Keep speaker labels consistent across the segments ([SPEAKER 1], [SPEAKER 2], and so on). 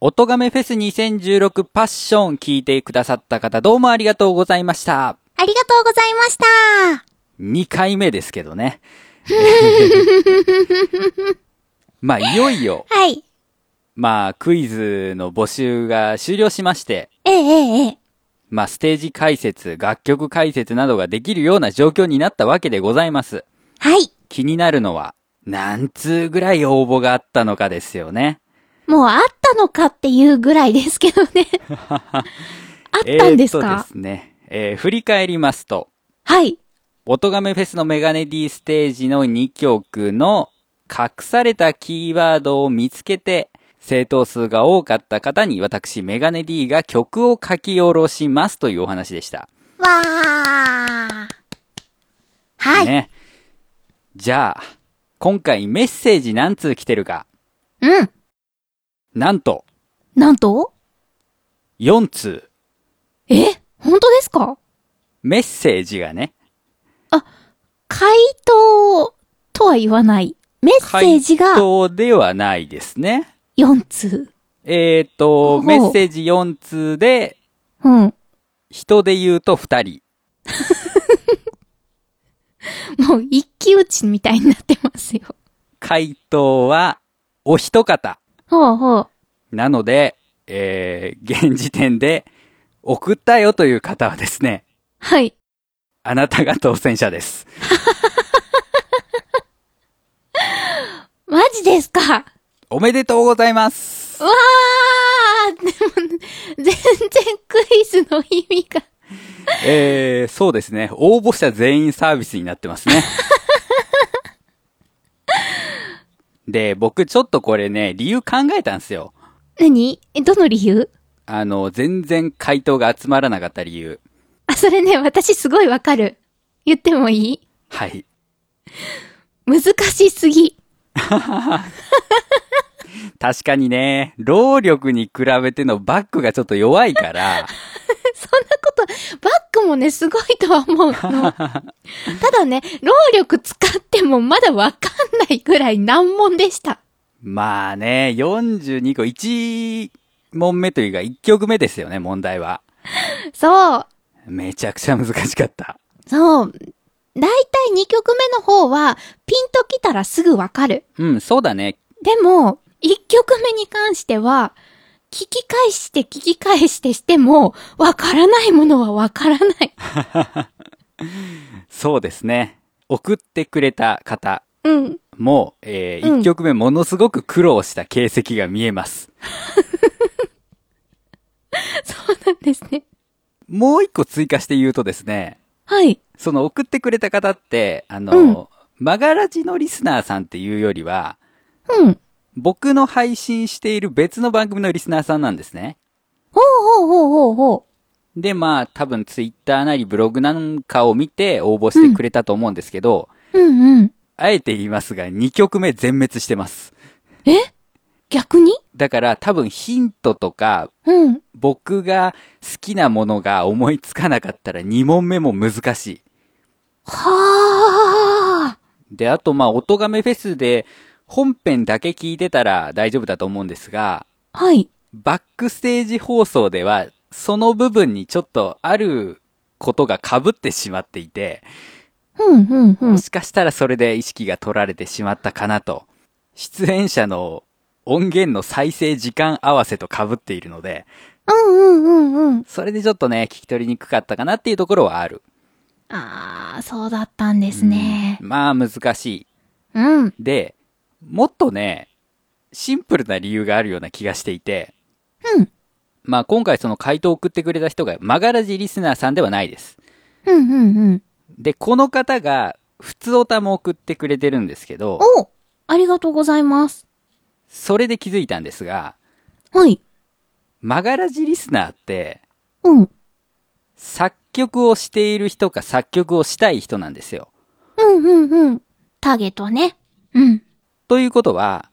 [SPEAKER 1] 音亀フェス2016パッション聞いてくださった方どうもありがとうございました。
[SPEAKER 2] ありがとうございました。
[SPEAKER 1] 2回目ですけどね。 まあ、いよいよ、
[SPEAKER 2] はい。
[SPEAKER 1] まあ、クイズの募集が終了しまして、
[SPEAKER 2] ええええええ。
[SPEAKER 1] まあ、ステージ解説、楽曲解説などができるような状況になったわけでございます。
[SPEAKER 2] はい。
[SPEAKER 1] 気になるのは、何通ぐらい応募があったのかですよね。
[SPEAKER 2] もうあったのかっていうぐらいですけど ね。あったんです
[SPEAKER 1] えーっ
[SPEAKER 2] か
[SPEAKER 1] と、ですね、えー振り返りますと、
[SPEAKER 2] はい。
[SPEAKER 1] 音亀フェスのメガネ D ステージの2曲の隠されたキーワードを見つけて、正答数が多かった方に私メガネ D が曲を書き下ろしますというお話でした。
[SPEAKER 2] わー。はい。
[SPEAKER 1] ね。じゃあ、今回メッセージ何通来てるか。
[SPEAKER 2] うん。
[SPEAKER 1] なんと、
[SPEAKER 2] なんと
[SPEAKER 1] 4通。
[SPEAKER 2] え本当ですか
[SPEAKER 1] メッセージがね、
[SPEAKER 2] 回答とは言わない。メッセージが
[SPEAKER 1] 回答ではないですね。
[SPEAKER 2] 4通。
[SPEAKER 1] えっ、と、
[SPEAKER 2] う
[SPEAKER 1] メッセージ4通で、
[SPEAKER 2] うん。
[SPEAKER 1] 人で言うと2人。
[SPEAKER 2] もう一騎打ちみたいになってますよ。
[SPEAKER 1] 回答は、お一方。
[SPEAKER 2] ほうほう。
[SPEAKER 1] なので、えー、現時点で、送ったよという方はですね、
[SPEAKER 2] はい。
[SPEAKER 1] あなたが当選者です。
[SPEAKER 2] マジですかわ
[SPEAKER 1] おめでとうございます。
[SPEAKER 2] ーでも、全然クイズの意味が。
[SPEAKER 1] えー、そうですね。応募者全員サービスになってますね。で、僕ちょっとこれね、理由考えたんですよ。
[SPEAKER 2] 何え、どの理由
[SPEAKER 1] あの、全然回答が集まらなかった理由。
[SPEAKER 2] あ、それね、私すごいわかる。言ってもいい
[SPEAKER 1] はい。
[SPEAKER 2] 難しすぎ。
[SPEAKER 1] 確かにね、労力に比べてのバックがちょっと弱いから、
[SPEAKER 2] そんなこと、バックもね、すごいとは思う の。ただね、労力使ってもまだわかんないぐらい難問でした。
[SPEAKER 1] まあね、42個、1問目というか1曲目ですよね、問題は。
[SPEAKER 2] そう。
[SPEAKER 1] めちゃくちゃ難しかった。
[SPEAKER 2] そう。だいたい2曲目の方は、ピンときたらすぐわかる。
[SPEAKER 1] うん、そうだね。
[SPEAKER 2] でも、1曲目に関しては、聞き返して聞き返してしても、わからないものはわからない。
[SPEAKER 1] そうですね。送ってくれた方
[SPEAKER 2] うん。
[SPEAKER 1] も、え
[SPEAKER 2] うん
[SPEAKER 1] 1曲目ものすごく苦労した形跡が見えます。
[SPEAKER 2] そうなんですね。
[SPEAKER 1] もう1個追加して言うとですね、
[SPEAKER 2] はい。
[SPEAKER 1] その送ってくれた方って、あ
[SPEAKER 2] うん
[SPEAKER 1] の、マガラジのリスナーさんっていうよりは、
[SPEAKER 2] うん。
[SPEAKER 1] 僕の配信している別の番組のリスナーさんなんですね。
[SPEAKER 2] ほうほうほうほうほ
[SPEAKER 1] で、まあ、多分ツイッターなりブログなんかを見て応募してくれたと思うんですけど、
[SPEAKER 2] う。うんうん。
[SPEAKER 1] あえて言いますが、2曲目全滅してます。
[SPEAKER 2] 逆に
[SPEAKER 1] だから多分ヒントとか、
[SPEAKER 2] うん。
[SPEAKER 1] 僕が好きなものが思いつかなかったら2問目も難しい。
[SPEAKER 2] はあ。
[SPEAKER 1] で、あとまあ、音亀フェスで本編だけ聞いてたら大丈夫だと思うんですが、
[SPEAKER 2] はい。
[SPEAKER 1] バックステージ放送では、その部分にちょっとあることが被ってしまっていて、
[SPEAKER 2] うんうんう
[SPEAKER 1] も
[SPEAKER 2] ん。
[SPEAKER 1] しかしたらそれで意識が取られてしまったかなと。出演者の音源の再生時間合わせと被っているので、
[SPEAKER 2] うんうんうんうん。
[SPEAKER 1] それでちょっとね、聞き取りにくかったかなっていうところはある。
[SPEAKER 2] ああ、そうだったんですね
[SPEAKER 1] う。んまあ難し
[SPEAKER 2] うん。
[SPEAKER 1] い。で、もっとね、シンプルな理由があるような気がしていて、
[SPEAKER 2] うん。
[SPEAKER 1] まあ今回その回答を送ってくれた人がマガラジリスナーさんではないです。
[SPEAKER 2] うんうんうん。
[SPEAKER 1] で、この方が、普通オタも送ってくれてるんですけど、
[SPEAKER 2] おありがとうございます。
[SPEAKER 1] それで気づいたんですが、
[SPEAKER 2] はい。
[SPEAKER 1] マガラジリスナーって、
[SPEAKER 2] うん。
[SPEAKER 1] 作曲をしている人か作曲をしたい人なんですよ。
[SPEAKER 2] うんうんうん。ターゲットはね。うん。
[SPEAKER 1] ということは、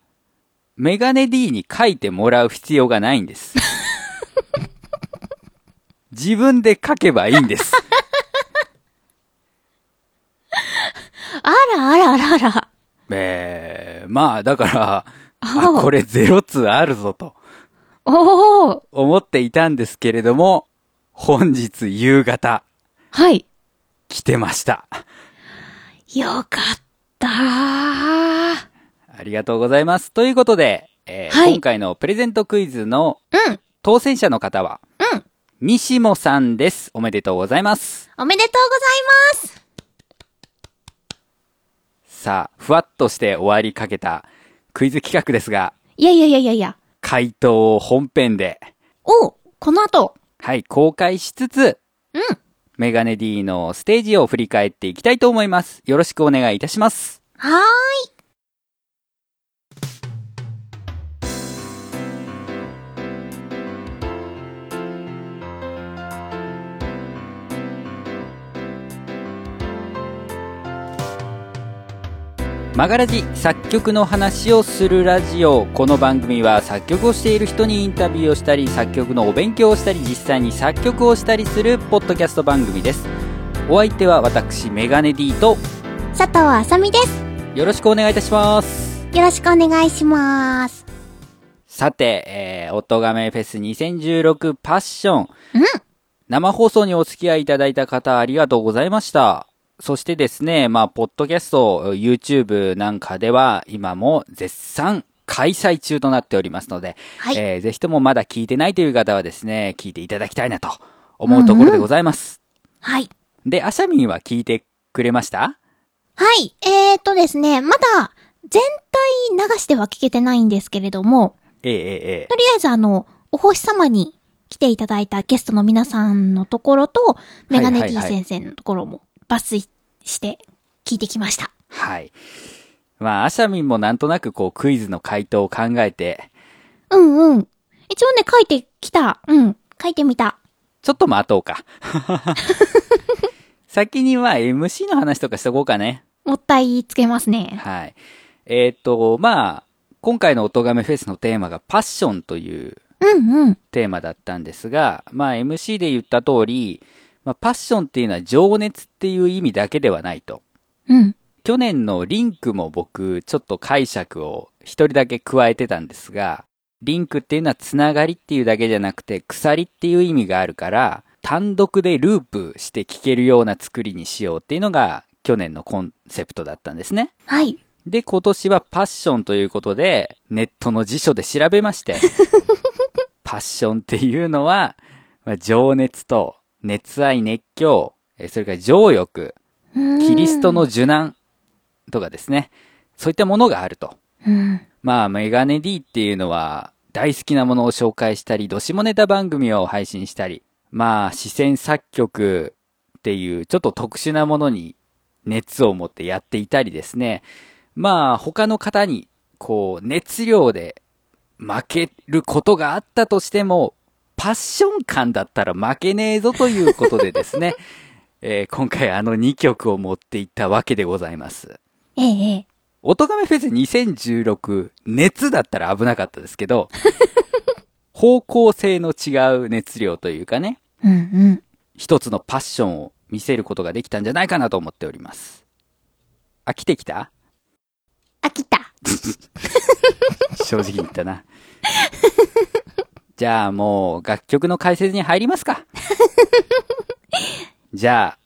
[SPEAKER 1] メガネ D に書いてもらう必要がないん です。自分で書けばいいん です。
[SPEAKER 2] あらあらあらあら。
[SPEAKER 1] えー、まあ、だから、
[SPEAKER 2] あ
[SPEAKER 1] あ、これゼロ通あるぞと。
[SPEAKER 2] おー
[SPEAKER 1] 思っていたんですけれども、本日夕方、
[SPEAKER 2] はい。
[SPEAKER 1] 来てました。
[SPEAKER 2] よかったー。
[SPEAKER 1] ありがとうございます。ということで、えー
[SPEAKER 2] はい
[SPEAKER 1] 今回のプレゼントクイズの
[SPEAKER 2] うん、
[SPEAKER 1] 当選者の方は、
[SPEAKER 2] うん。
[SPEAKER 1] 西もさんです。おめでとうございます。
[SPEAKER 2] おめでとうございます。
[SPEAKER 1] さあ、ふわっとして終わりかけたクイズ企画ですが、
[SPEAKER 2] いやいやいやいやいや。
[SPEAKER 1] 回答を本編で、
[SPEAKER 2] おうこの後。
[SPEAKER 1] はい、公開しつつ、
[SPEAKER 2] うん。
[SPEAKER 1] メガネ D のステージを振り返っていきたいと思います。よろしくお願いいたします。
[SPEAKER 2] はーい。
[SPEAKER 1] マガラジ作曲の話をするラジオこの番組は作曲をしている人にインタビューをしたり作曲のお勉強をしたり実際に作曲をしたりするポッドキャスト番組ですお相手は私メガネ D と
[SPEAKER 2] 佐藤あさみです。
[SPEAKER 1] よろしくお願いいたします
[SPEAKER 2] よろしくお願いします。
[SPEAKER 1] さて、えー、音亀フェス2016パッション
[SPEAKER 2] うん。
[SPEAKER 1] 生放送にお付き合いいただいた方ありがとうございました。そしてですね、まあ、ポッドキャスト、YouTube なんかでは今も絶賛開催中となっておりますので、
[SPEAKER 2] はい
[SPEAKER 1] えーぜひともまだ聞いてないという方はですね、聞いていただきたいなと思うところでございます。
[SPEAKER 2] はい。
[SPEAKER 1] で、アシャミンは聞いてくれました
[SPEAKER 2] はい。えーとですね、まだ、全体流しては聞けてないんですけれども、
[SPEAKER 1] えええええ
[SPEAKER 2] とりあえずあの、お星様に来ていただいたゲストの皆さんのところと、メガネ
[SPEAKER 1] はい
[SPEAKER 2] D
[SPEAKER 1] はいはい
[SPEAKER 2] 先生のところも抜粋して聞いてきました。
[SPEAKER 1] はい。まあ、アシャミンもなんとなくこうクイズの回答を考えて、
[SPEAKER 2] うんうん。一応ね、書いてきた。うん。書いてみた。
[SPEAKER 1] ちょっと待とうか。 先には MC の話とかしとこうかね。
[SPEAKER 2] もったいつけますね。
[SPEAKER 1] はい。えーっ、と、まあ、今回の音亀フェスのテーマがパッションという
[SPEAKER 2] うんうん。
[SPEAKER 1] テーマだったんですが、まあ MC で言った通り、まあ、パッションっていうのは情熱っていう意味だけではないと。
[SPEAKER 2] うん。
[SPEAKER 1] 去年のリンクも僕、ちょっと解釈を一人だけ加えてたんですが、リンクっていうのはつながりっていうだけじゃなくて、鎖っていう意味があるから、単独でループして聴けるような作りにしようっていうのが、去年のコンセプトだったんですね。
[SPEAKER 2] はい。
[SPEAKER 1] で、今年はパッションということで、ネットの辞書で調べまして、パッションっていうのは、まあ情熱と熱愛、熱狂、えーそれから情欲、キ
[SPEAKER 2] キ
[SPEAKER 1] リストの、受難とかですね、そういったものがあると。
[SPEAKER 2] うん。
[SPEAKER 1] まあ、メガネ D っていうのは、大好きなものを紹介したり、どしもネタ番組を配信したり、まあ、視線作曲っていう、ちょっと特殊なものに熱を持ってやっていたりですね。まあ、他の方に、こう、熱量で負けることがあったとしても、パッション感だったら負けねえぞということでですね、 えー今回あの2曲を持っていったわけでございます。
[SPEAKER 2] ええええ。
[SPEAKER 1] おとがめフェス2016、熱だったら危なかったですけど、 方向性の違う熱量というかね、
[SPEAKER 2] うんうん。
[SPEAKER 1] 一つのパッションを見せることができたんじゃないかなと思っております。飽きてきた
[SPEAKER 2] 飽きた。
[SPEAKER 1] 正直に言ったな。 じゃあもう楽曲の解説に入りますか。じゃあ、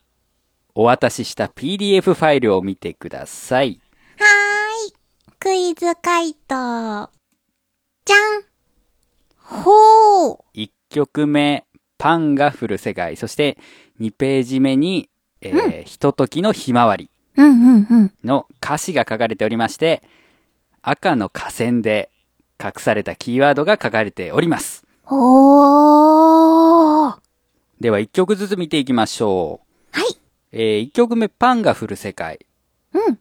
[SPEAKER 1] お渡しした PDF ファイルを見てください。
[SPEAKER 2] はーい。クイズ回答。じゃん。ほう。
[SPEAKER 1] 1曲目、パンが降る世界。そして、2ページ目に、えーひとときのひまわり
[SPEAKER 2] うんうんうん。
[SPEAKER 1] の歌詞が書かれておりまして、赤の下線で隠されたキーワードが書かれております。
[SPEAKER 2] ほー。
[SPEAKER 1] では、1曲ずつ見ていきましょう。
[SPEAKER 2] はい。
[SPEAKER 1] え1曲目、パンが降る世界。
[SPEAKER 2] うん。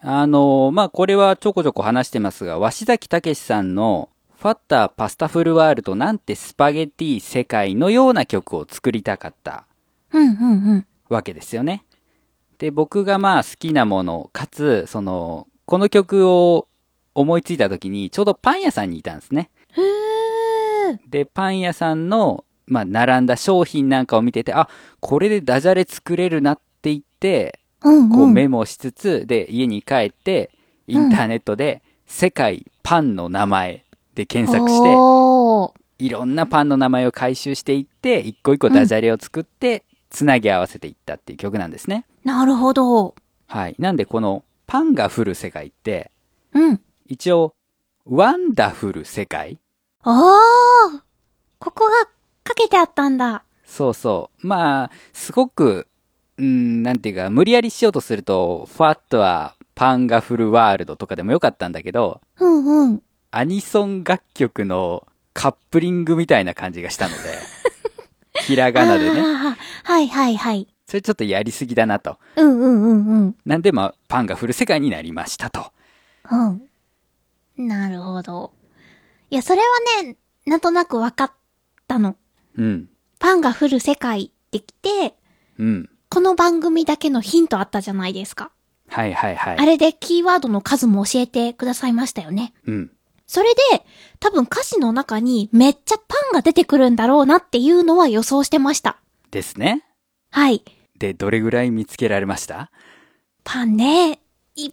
[SPEAKER 1] あのーまあ、これはちょこちょこ話してますが、鷲崎武さんの、ファッターパスタフルワールドなんてスパゲティ世界のような曲を作りたかった。
[SPEAKER 2] うんうんうん。
[SPEAKER 1] わけですよね。で、僕がまあ好きなもの、かつ、その、この曲を思いついた時に、ちょうどパン屋さんにいたんですね。
[SPEAKER 2] ふー。
[SPEAKER 1] で、パン屋さんの、まあ、並んだ商品なんかを見てて、あ、これでダジャレ作れるなって言って、
[SPEAKER 2] うん
[SPEAKER 1] こう
[SPEAKER 2] うん。
[SPEAKER 1] メモしつつ、で、家に帰って、インターネットで、世界パンの名前で検索して、
[SPEAKER 2] ほー。
[SPEAKER 1] いろんなパンの名前を回収していって、一個一個ダジャレを作って、つなぎ合わせていったっていう曲なんですね。
[SPEAKER 2] なるほど。
[SPEAKER 1] はい。なんでこのパンが降る世界って、
[SPEAKER 2] うん。
[SPEAKER 1] 一応、ワンダフル世界
[SPEAKER 2] おーここがかけてあったんだ。
[SPEAKER 1] そうそう。まあ、すごく、うん、なんていうか、無理やりしようとすると、ファットはパンが降るワールドとかでもよかったんだけど、
[SPEAKER 2] うんうん。
[SPEAKER 1] アニソン楽曲のカップリングみたいな感じが したので、ひらがなでね。
[SPEAKER 2] あーはいはいはい。
[SPEAKER 1] それちょっとやりすぎだなと。
[SPEAKER 2] うんうんうんうん。
[SPEAKER 1] なんで、まあ、パンが降る世界になりましたと。
[SPEAKER 2] うん。なるほど。いや、それはね、なんとなくわかったの。
[SPEAKER 1] うん。
[SPEAKER 2] パンが降る世界ってきて、
[SPEAKER 1] うん。
[SPEAKER 2] この番組だけのヒントあったじゃないですか。
[SPEAKER 1] はいはいはい。
[SPEAKER 2] あれでキーワードの数も教えてくださいましたよね。
[SPEAKER 1] うん。
[SPEAKER 2] それで、多分歌詞の中にめっちゃパンが出てくるんだろうなっていうのは予想してました。
[SPEAKER 1] ですね。
[SPEAKER 2] はい。
[SPEAKER 1] で、どれぐらい見つけられました
[SPEAKER 2] パンね。いっ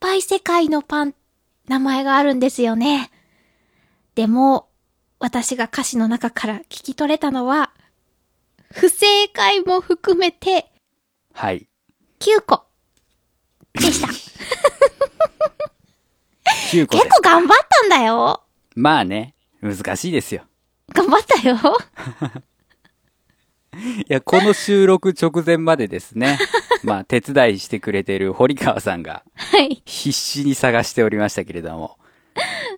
[SPEAKER 2] ぱい世界のパン、名前があるんですよね。でも、私が歌詞の中から聞き取れたのは、不正解も含めて
[SPEAKER 1] はい。
[SPEAKER 2] 9個でした。
[SPEAKER 1] 9個で
[SPEAKER 2] 結
[SPEAKER 1] す。
[SPEAKER 2] 構頑張ったんだよ。
[SPEAKER 1] まあね、難しいですよ。
[SPEAKER 2] 頑張ったよ。
[SPEAKER 1] いや、この収録直前までですね、まあ、手伝いしてくれてる堀川さんが
[SPEAKER 2] はい。
[SPEAKER 1] 必死に探しておりましたけれども、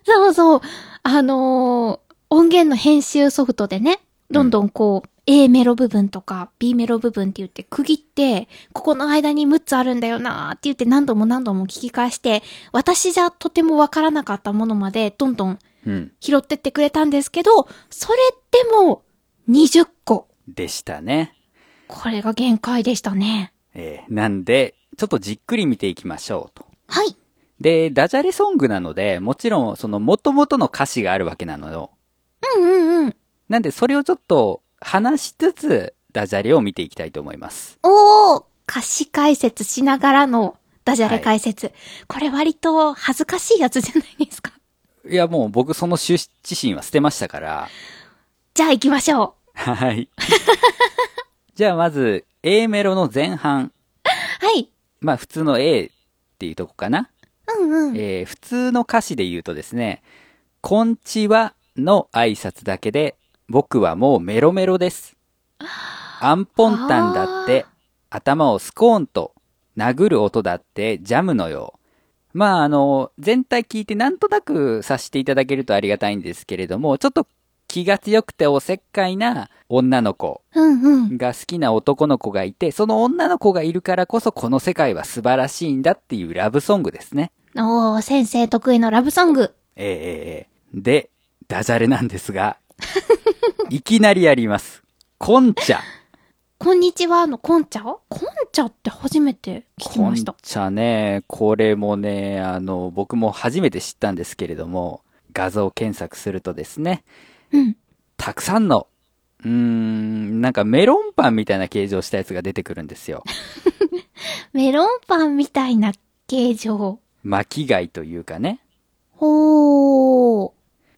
[SPEAKER 2] そうそう。あのー音源の編集ソフトでね、どんどんこう、A メロ部分とか B メロ部分って言って区切って、ここの間に6つあるんだよなーって言って何度も何度も聞き返して、私じゃとてもわからなかったものまでどんどん
[SPEAKER 1] うん、
[SPEAKER 2] 拾ってってくれたんですけど、それでも20個。
[SPEAKER 1] でしたね。
[SPEAKER 2] これが限界でしたね。
[SPEAKER 1] えーなんで、ちょっとじっくり見ていきましょうと。
[SPEAKER 2] はい。
[SPEAKER 1] で、ダジャレソングなので、もちろん、その元々の歌詞があるわけなのよ。
[SPEAKER 2] うんうんうん。
[SPEAKER 1] なんで、それをちょっと話しつつ、ダジャレを見ていきたいと思います。
[SPEAKER 2] おー歌詞解説しながらのダジャレ解説。これ割と恥ずかしいやつじゃないですか。
[SPEAKER 1] いや、もう僕その羞恥心は捨てましたから、
[SPEAKER 2] じゃあ行きましょ
[SPEAKER 1] はい。じゃあまず、A メロの前半。
[SPEAKER 2] う。はい。
[SPEAKER 1] まあ普通の A っていうとこかな。
[SPEAKER 2] うんうん。
[SPEAKER 1] えー普通の歌詞で言うとですね、こんちはの挨拶だけで、僕はもうメロメロです。アンポンタンだって、頭をスコーンと殴る音だってジャムのよう。まああの、全体聞いてなんとなく察していただけるとありがたいんですけれども、ちょっと気が強くておせっかいな女の子
[SPEAKER 2] うんうん。
[SPEAKER 1] が好きな男の子がいて、その女の子がいるからこそこの世界は素晴らしいんだっていうラブソングですね。
[SPEAKER 2] おー、先生得意のラブソング。
[SPEAKER 1] ええええええで、ダジャレなんです が、いきなりやります。こんちゃ。
[SPEAKER 2] こんにちはのこんちゃこんちゃって初めて聞き
[SPEAKER 1] こ
[SPEAKER 2] ま
[SPEAKER 1] ん
[SPEAKER 2] した。
[SPEAKER 1] ちゃね、これもね、あの、僕も初めて知ったんですけれども、画像検索するとですね、
[SPEAKER 2] うん。
[SPEAKER 1] たくさんの、うーん、なんかメロンパンみたいな形状したやつが出てくるん ですよ。
[SPEAKER 2] メロンパンみたいな形状。
[SPEAKER 1] 巻き貝というかね。
[SPEAKER 2] ほー。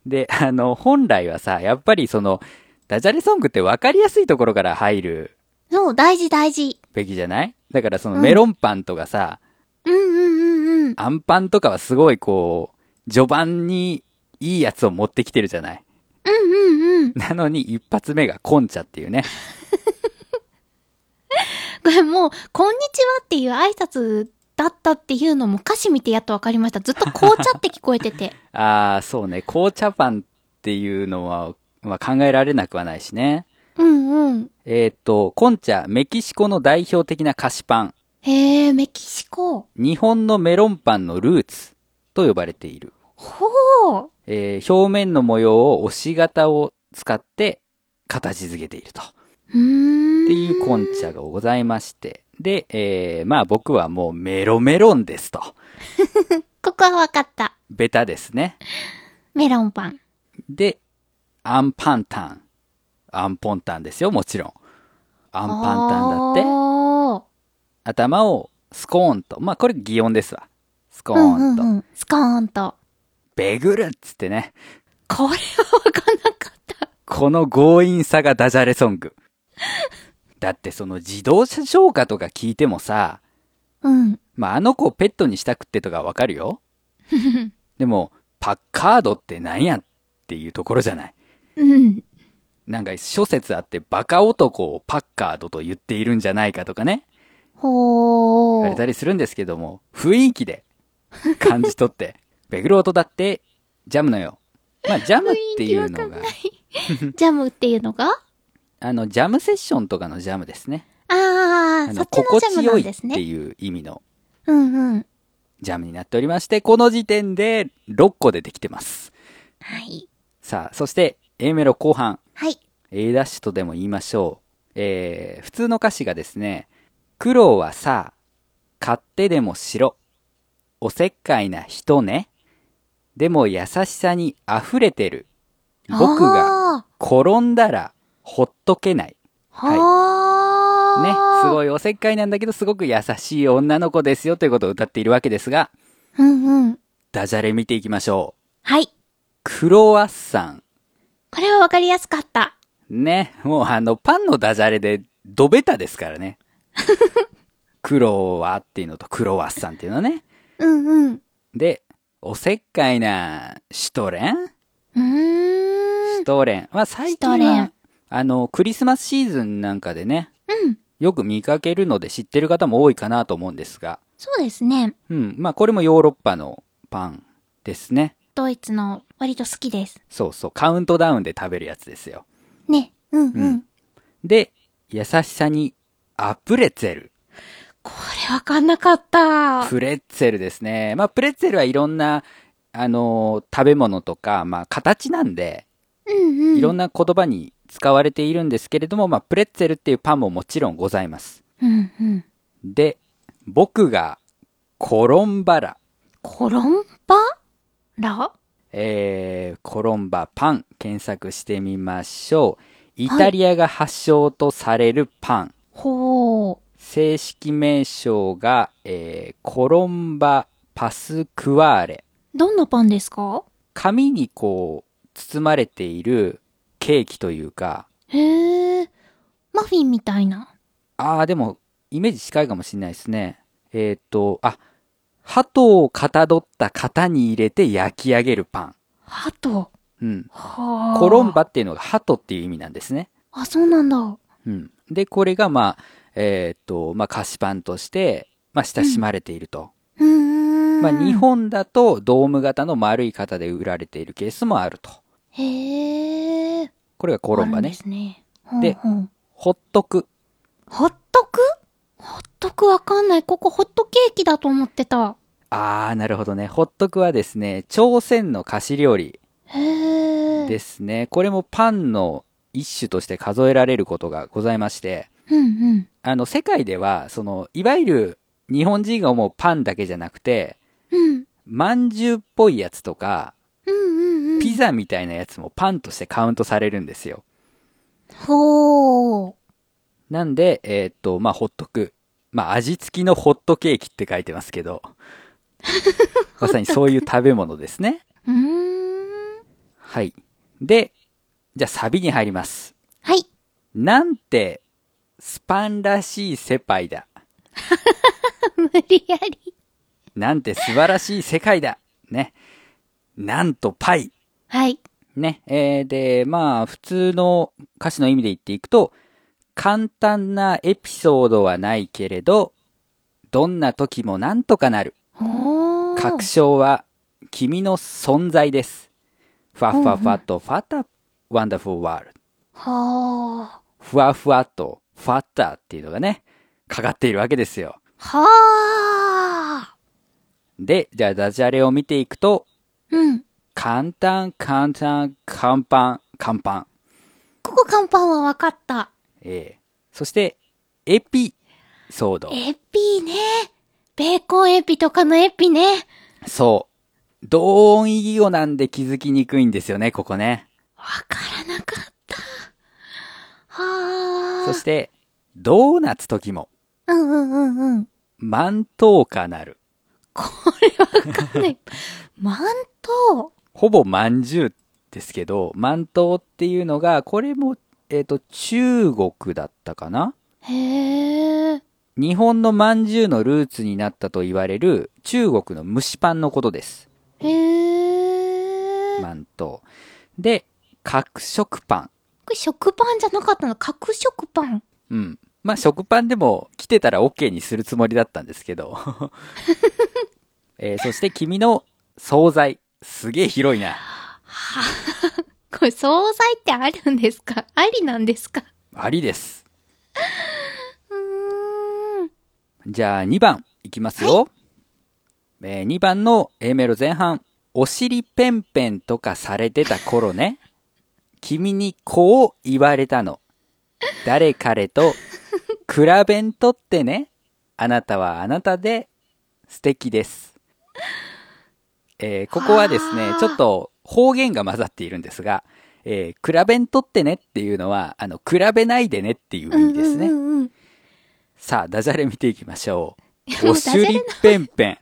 [SPEAKER 1] で、 あの、本来はさ、やっぱりその、ダジャレソングって分かりやすいところから入る
[SPEAKER 2] そう、大事大事。
[SPEAKER 1] べきじゃないだからその
[SPEAKER 2] うん
[SPEAKER 1] メロンパンとかさ、
[SPEAKER 2] うんうんうんうん。
[SPEAKER 1] アンパンとかはすごいこう、序盤にいいやつを持ってきてるじゃない
[SPEAKER 2] うんうんうん。
[SPEAKER 1] なのに一発目がコンチャっていうね。
[SPEAKER 2] これもう、こんにちはっていう挨拶だったっていうのも歌詞見てやっとわかりました。ずっと紅茶って聞こえ てて。
[SPEAKER 1] ああ、そうね。紅茶パンっていうのは、まあ、考えられなくはないしね。
[SPEAKER 2] うんうん。
[SPEAKER 1] えーっと、コンチャ、メキシコの代表的な菓子パン。
[SPEAKER 2] へえ、メキシコ。
[SPEAKER 1] 日本のメロンパンのルーツと呼ばれている。
[SPEAKER 2] ほう。
[SPEAKER 1] えー表面の模様を押し型を使って形付けていると。
[SPEAKER 2] うーん。
[SPEAKER 1] っていうコンチャがございまして。で、えーまあ僕はもうメロメロンですと。
[SPEAKER 2] ここはわかった。
[SPEAKER 1] ベタですね。
[SPEAKER 2] メロンパン。
[SPEAKER 1] で、アンパンタン。アンポンタンですよ、もちろん。ア
[SPEAKER 2] ア
[SPEAKER 1] ンパンタンだって。
[SPEAKER 2] おー。
[SPEAKER 1] 頭をスコーンと。まあこれ擬音ですわ。スコー
[SPEAKER 2] うんう
[SPEAKER 1] ンと。
[SPEAKER 2] んうん。スコーンと。
[SPEAKER 1] ベグルっつってね。
[SPEAKER 2] これはわかんなかった。
[SPEAKER 1] この強引さがダジャレソング。だってその自動車消火とか聞いてもさ、
[SPEAKER 2] うん。
[SPEAKER 1] まあ、あの子をペットにしたくってとかわかる よ。でも、パッカードってなんやっていうところじゃない。
[SPEAKER 2] うん。
[SPEAKER 1] なんか諸説あってバカ男をパッカードと言っているんじゃないかとかね、言
[SPEAKER 2] ほ
[SPEAKER 1] われ
[SPEAKER 2] ー。
[SPEAKER 1] たりするんですけども、雰囲気で感じ取 って、ベグロートだってジャムのよ。まあジャムっていうのが、
[SPEAKER 2] ジャムっていうのが
[SPEAKER 1] あのジャムセッションとかのジャムですね。
[SPEAKER 2] あ
[SPEAKER 1] あ
[SPEAKER 2] ー、そ
[SPEAKER 1] の
[SPEAKER 2] っちの
[SPEAKER 1] 心
[SPEAKER 2] ジャム
[SPEAKER 1] 地
[SPEAKER 2] な
[SPEAKER 1] よいっ
[SPEAKER 2] んです
[SPEAKER 1] て
[SPEAKER 2] ね。
[SPEAKER 1] いう意味の
[SPEAKER 2] うんうん。
[SPEAKER 1] ジャムになっておりまして、この時点で6個出てきてます。
[SPEAKER 2] はい。
[SPEAKER 1] さあ、そして A メロ後半、
[SPEAKER 2] はい。
[SPEAKER 1] A ダッシュとでも言いましょう。えー、普通の歌詞がですね、苦労はさ、買ってでもしろ。おせっかいな人ね。でも優しさに溢れてる。僕が
[SPEAKER 2] が。
[SPEAKER 1] 転んだらほっとけない。
[SPEAKER 2] はー。
[SPEAKER 1] ね、す
[SPEAKER 2] い。
[SPEAKER 1] ごいおせっかいなんだけどすごく優しい女の子ですよということを歌っているわけですが、
[SPEAKER 2] うんうん。
[SPEAKER 1] ダジャレ見ていきましょう。
[SPEAKER 2] はい。
[SPEAKER 1] クロワッサン。
[SPEAKER 2] これはわかりやすかった。
[SPEAKER 1] ね、もうあの、パンのダジャレで、ドベタですから ね。クロワっていうのとクロワッサンっていうのね。
[SPEAKER 2] うんうん。
[SPEAKER 1] で、おせっかいなシュトレン
[SPEAKER 2] うー
[SPEAKER 1] シュ
[SPEAKER 2] ん。
[SPEAKER 1] トレン。まあ最近は
[SPEAKER 2] シュトレン
[SPEAKER 1] あの、クリスマスシーズンなんかでね、よく見かけるので知ってる方も多いかなと思うんですが、
[SPEAKER 2] そうですね。
[SPEAKER 1] うん、まあこれもヨーロッパのパンですね。
[SPEAKER 2] ドイツの割と好きです。
[SPEAKER 1] そうそう、カウントダウンで食べるやつですよ。
[SPEAKER 2] ね。うんうん。
[SPEAKER 1] うんで、優しさにアプレツェル。
[SPEAKER 2] これわかんなかった。
[SPEAKER 1] プレッツェルですね。まあ、プレッツェルはいろんな、あのー食べ物とか、まあ、形なんで、
[SPEAKER 2] うんうん。
[SPEAKER 1] いろん
[SPEAKER 2] な。
[SPEAKER 1] な言葉に使われているんですけれども、まあ、プレッツェルっていうパンももちろんございます。
[SPEAKER 2] うんうん。
[SPEAKER 1] で、僕が、コロンバラ。
[SPEAKER 2] コロンバラ
[SPEAKER 1] えー、コロンバパン検索してみましょう。イタリアが発祥とされるパン。
[SPEAKER 2] ほー。
[SPEAKER 1] 正式名称が、えーコロンバパスクワーレ。
[SPEAKER 2] どんなパンですか
[SPEAKER 1] 紙にこう包まれているケーキというか
[SPEAKER 2] へえ。マフィンみたいな。
[SPEAKER 1] ああでもイメージ近いかもしれないですねえっ、とあ鳩をかたどった型に入れて焼き上げるパ
[SPEAKER 2] ハト。
[SPEAKER 1] ン、うん、
[SPEAKER 2] はあ。
[SPEAKER 1] コロン。バっていうのが鳩っていう意味なんですね、
[SPEAKER 2] あ、そうなんだ。
[SPEAKER 1] うん、でこれがまあえっ、とまあ菓子パンとして、まあ、親しまれていると、
[SPEAKER 2] うーん。
[SPEAKER 1] まあ、日。本だとドーム型の丸い型で売られているケースもあると
[SPEAKER 2] へえ。
[SPEAKER 1] これがコロンバ
[SPEAKER 2] ある
[SPEAKER 1] ね
[SPEAKER 2] んですね。ほん
[SPEAKER 1] で
[SPEAKER 2] ほん
[SPEAKER 1] ほっとく
[SPEAKER 2] ホットクホットクわかんない。ここホットケーキだと思ってた。
[SPEAKER 1] あー、なるほどね。ホットクはですね、朝鮮の菓子料理
[SPEAKER 2] へえ。
[SPEAKER 1] ですね。これもパンの一種として数えられることがございまして、
[SPEAKER 2] うんうん。
[SPEAKER 1] あの、世界では、その、いわゆる日本人が思うパンだけじゃなくて、
[SPEAKER 2] うん。
[SPEAKER 1] まんじゅうっぽいやつとか、
[SPEAKER 2] うんうんうん。
[SPEAKER 1] ピザみたいなやつもパンとしてカウントされるんですよ。
[SPEAKER 2] ほー。
[SPEAKER 1] なんで、えーっと、まあ、ホットク。まあ、味付きのホットケーキって書いてますけ ど、まさにそういう食べ物ですね。
[SPEAKER 2] うーん。
[SPEAKER 1] はい。で、じゃあサビに入ります。
[SPEAKER 2] はい。
[SPEAKER 1] なんて、スパンらしい世界だ。
[SPEAKER 2] 無理やり。
[SPEAKER 1] なんて素晴らしい世界だ。ね。なんとパイ。
[SPEAKER 2] はい。
[SPEAKER 1] ね。えー、で、まあ、普通の歌詞の意味で言っていくと、簡単なエピソードはないけれど、どんな時もなんとかなる。
[SPEAKER 2] ほー。
[SPEAKER 1] 確証は君の存在です。ふわふわふわとふわた、ワンダフルワールド。
[SPEAKER 2] は
[SPEAKER 1] ふわふわと、ふわったっていうのがね、かかっているわけですよ。
[SPEAKER 2] ー。は
[SPEAKER 1] で、じゃあダジャレを見ていくと、
[SPEAKER 2] ー。うん。
[SPEAKER 1] 簡単、簡単、簡単、簡単。
[SPEAKER 2] ここ乾パンはわかった。
[SPEAKER 1] ええそして、エピソード。
[SPEAKER 2] エピね。ベーコンエピとかのエピね。
[SPEAKER 1] そう。同音異義語なんで気づきにくいんですよね、ここね。
[SPEAKER 2] わからなかった。はー。
[SPEAKER 1] そして、ドーナツ時も、
[SPEAKER 2] うんうんうんうん。
[SPEAKER 1] 満頭かなる。
[SPEAKER 2] これわかんない。マント
[SPEAKER 1] ほぼまんじゅうっですけど、万灯っていうのが、これも、えっ、と、中国だったかな
[SPEAKER 2] へえ。
[SPEAKER 1] 日本の饅頭のルーツになったと言われる中国の蒸しパンのことです。
[SPEAKER 2] へえ。
[SPEAKER 1] 万灯。で、角食パン。
[SPEAKER 2] これ食パンじゃなかったの角食パン。
[SPEAKER 1] うん。まあ、食パンでも来てたら OK にするつもりだったんですけど。えーそして君の惣菜。すげえ広いな。
[SPEAKER 2] はこれ、惣菜ってあるんですかありなんですか
[SPEAKER 1] ありです。
[SPEAKER 2] うーん。
[SPEAKER 1] じゃあ2番いきますよ。え2番の A メロ前半。お尻ペンペンとかされてた頃 ね。君にこう言われたの。誰彼と比べんとってね。あなたはあなたで素敵です。えーここはですね
[SPEAKER 2] あ、ー
[SPEAKER 1] ちょっと方言が混ざっているんですが、えー比べんとってねっていうのは、あの、比べないでねっていう意味ですね。
[SPEAKER 2] うんうんうんうん。
[SPEAKER 1] さあ、ダジャレ見ていきましょ
[SPEAKER 2] や
[SPEAKER 1] う。
[SPEAKER 2] も
[SPEAKER 1] お
[SPEAKER 2] う
[SPEAKER 1] しゅりぺんぺん。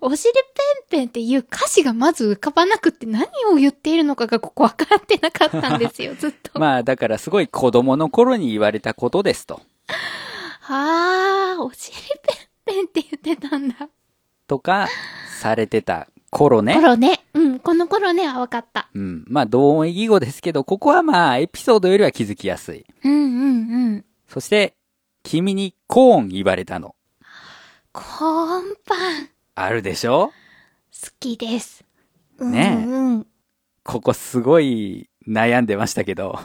[SPEAKER 2] お尻ペンペンっていう歌詞がまず浮かばなくって何を言っているのかがここ分かってなかったんで すよ、ずっと。
[SPEAKER 1] まあ、だからすごい子供の頃に言われたことですと。
[SPEAKER 2] はあ、お尻ペンペンって言ってたんだ。
[SPEAKER 1] とか、されてた頃ね。
[SPEAKER 2] 頃ね。うん、この頃ね、は分かった。
[SPEAKER 1] うん。まあ、同音異義語ですけど、ここはまあ、エピソードよりは気づきやすい。
[SPEAKER 2] うんうんうん。
[SPEAKER 1] そして、君にコーン言われたの。
[SPEAKER 2] コーンパン、好
[SPEAKER 1] あるでしょ
[SPEAKER 2] きです。
[SPEAKER 1] ねえ
[SPEAKER 2] うんうん。
[SPEAKER 1] ここすごい悩んでましたけど。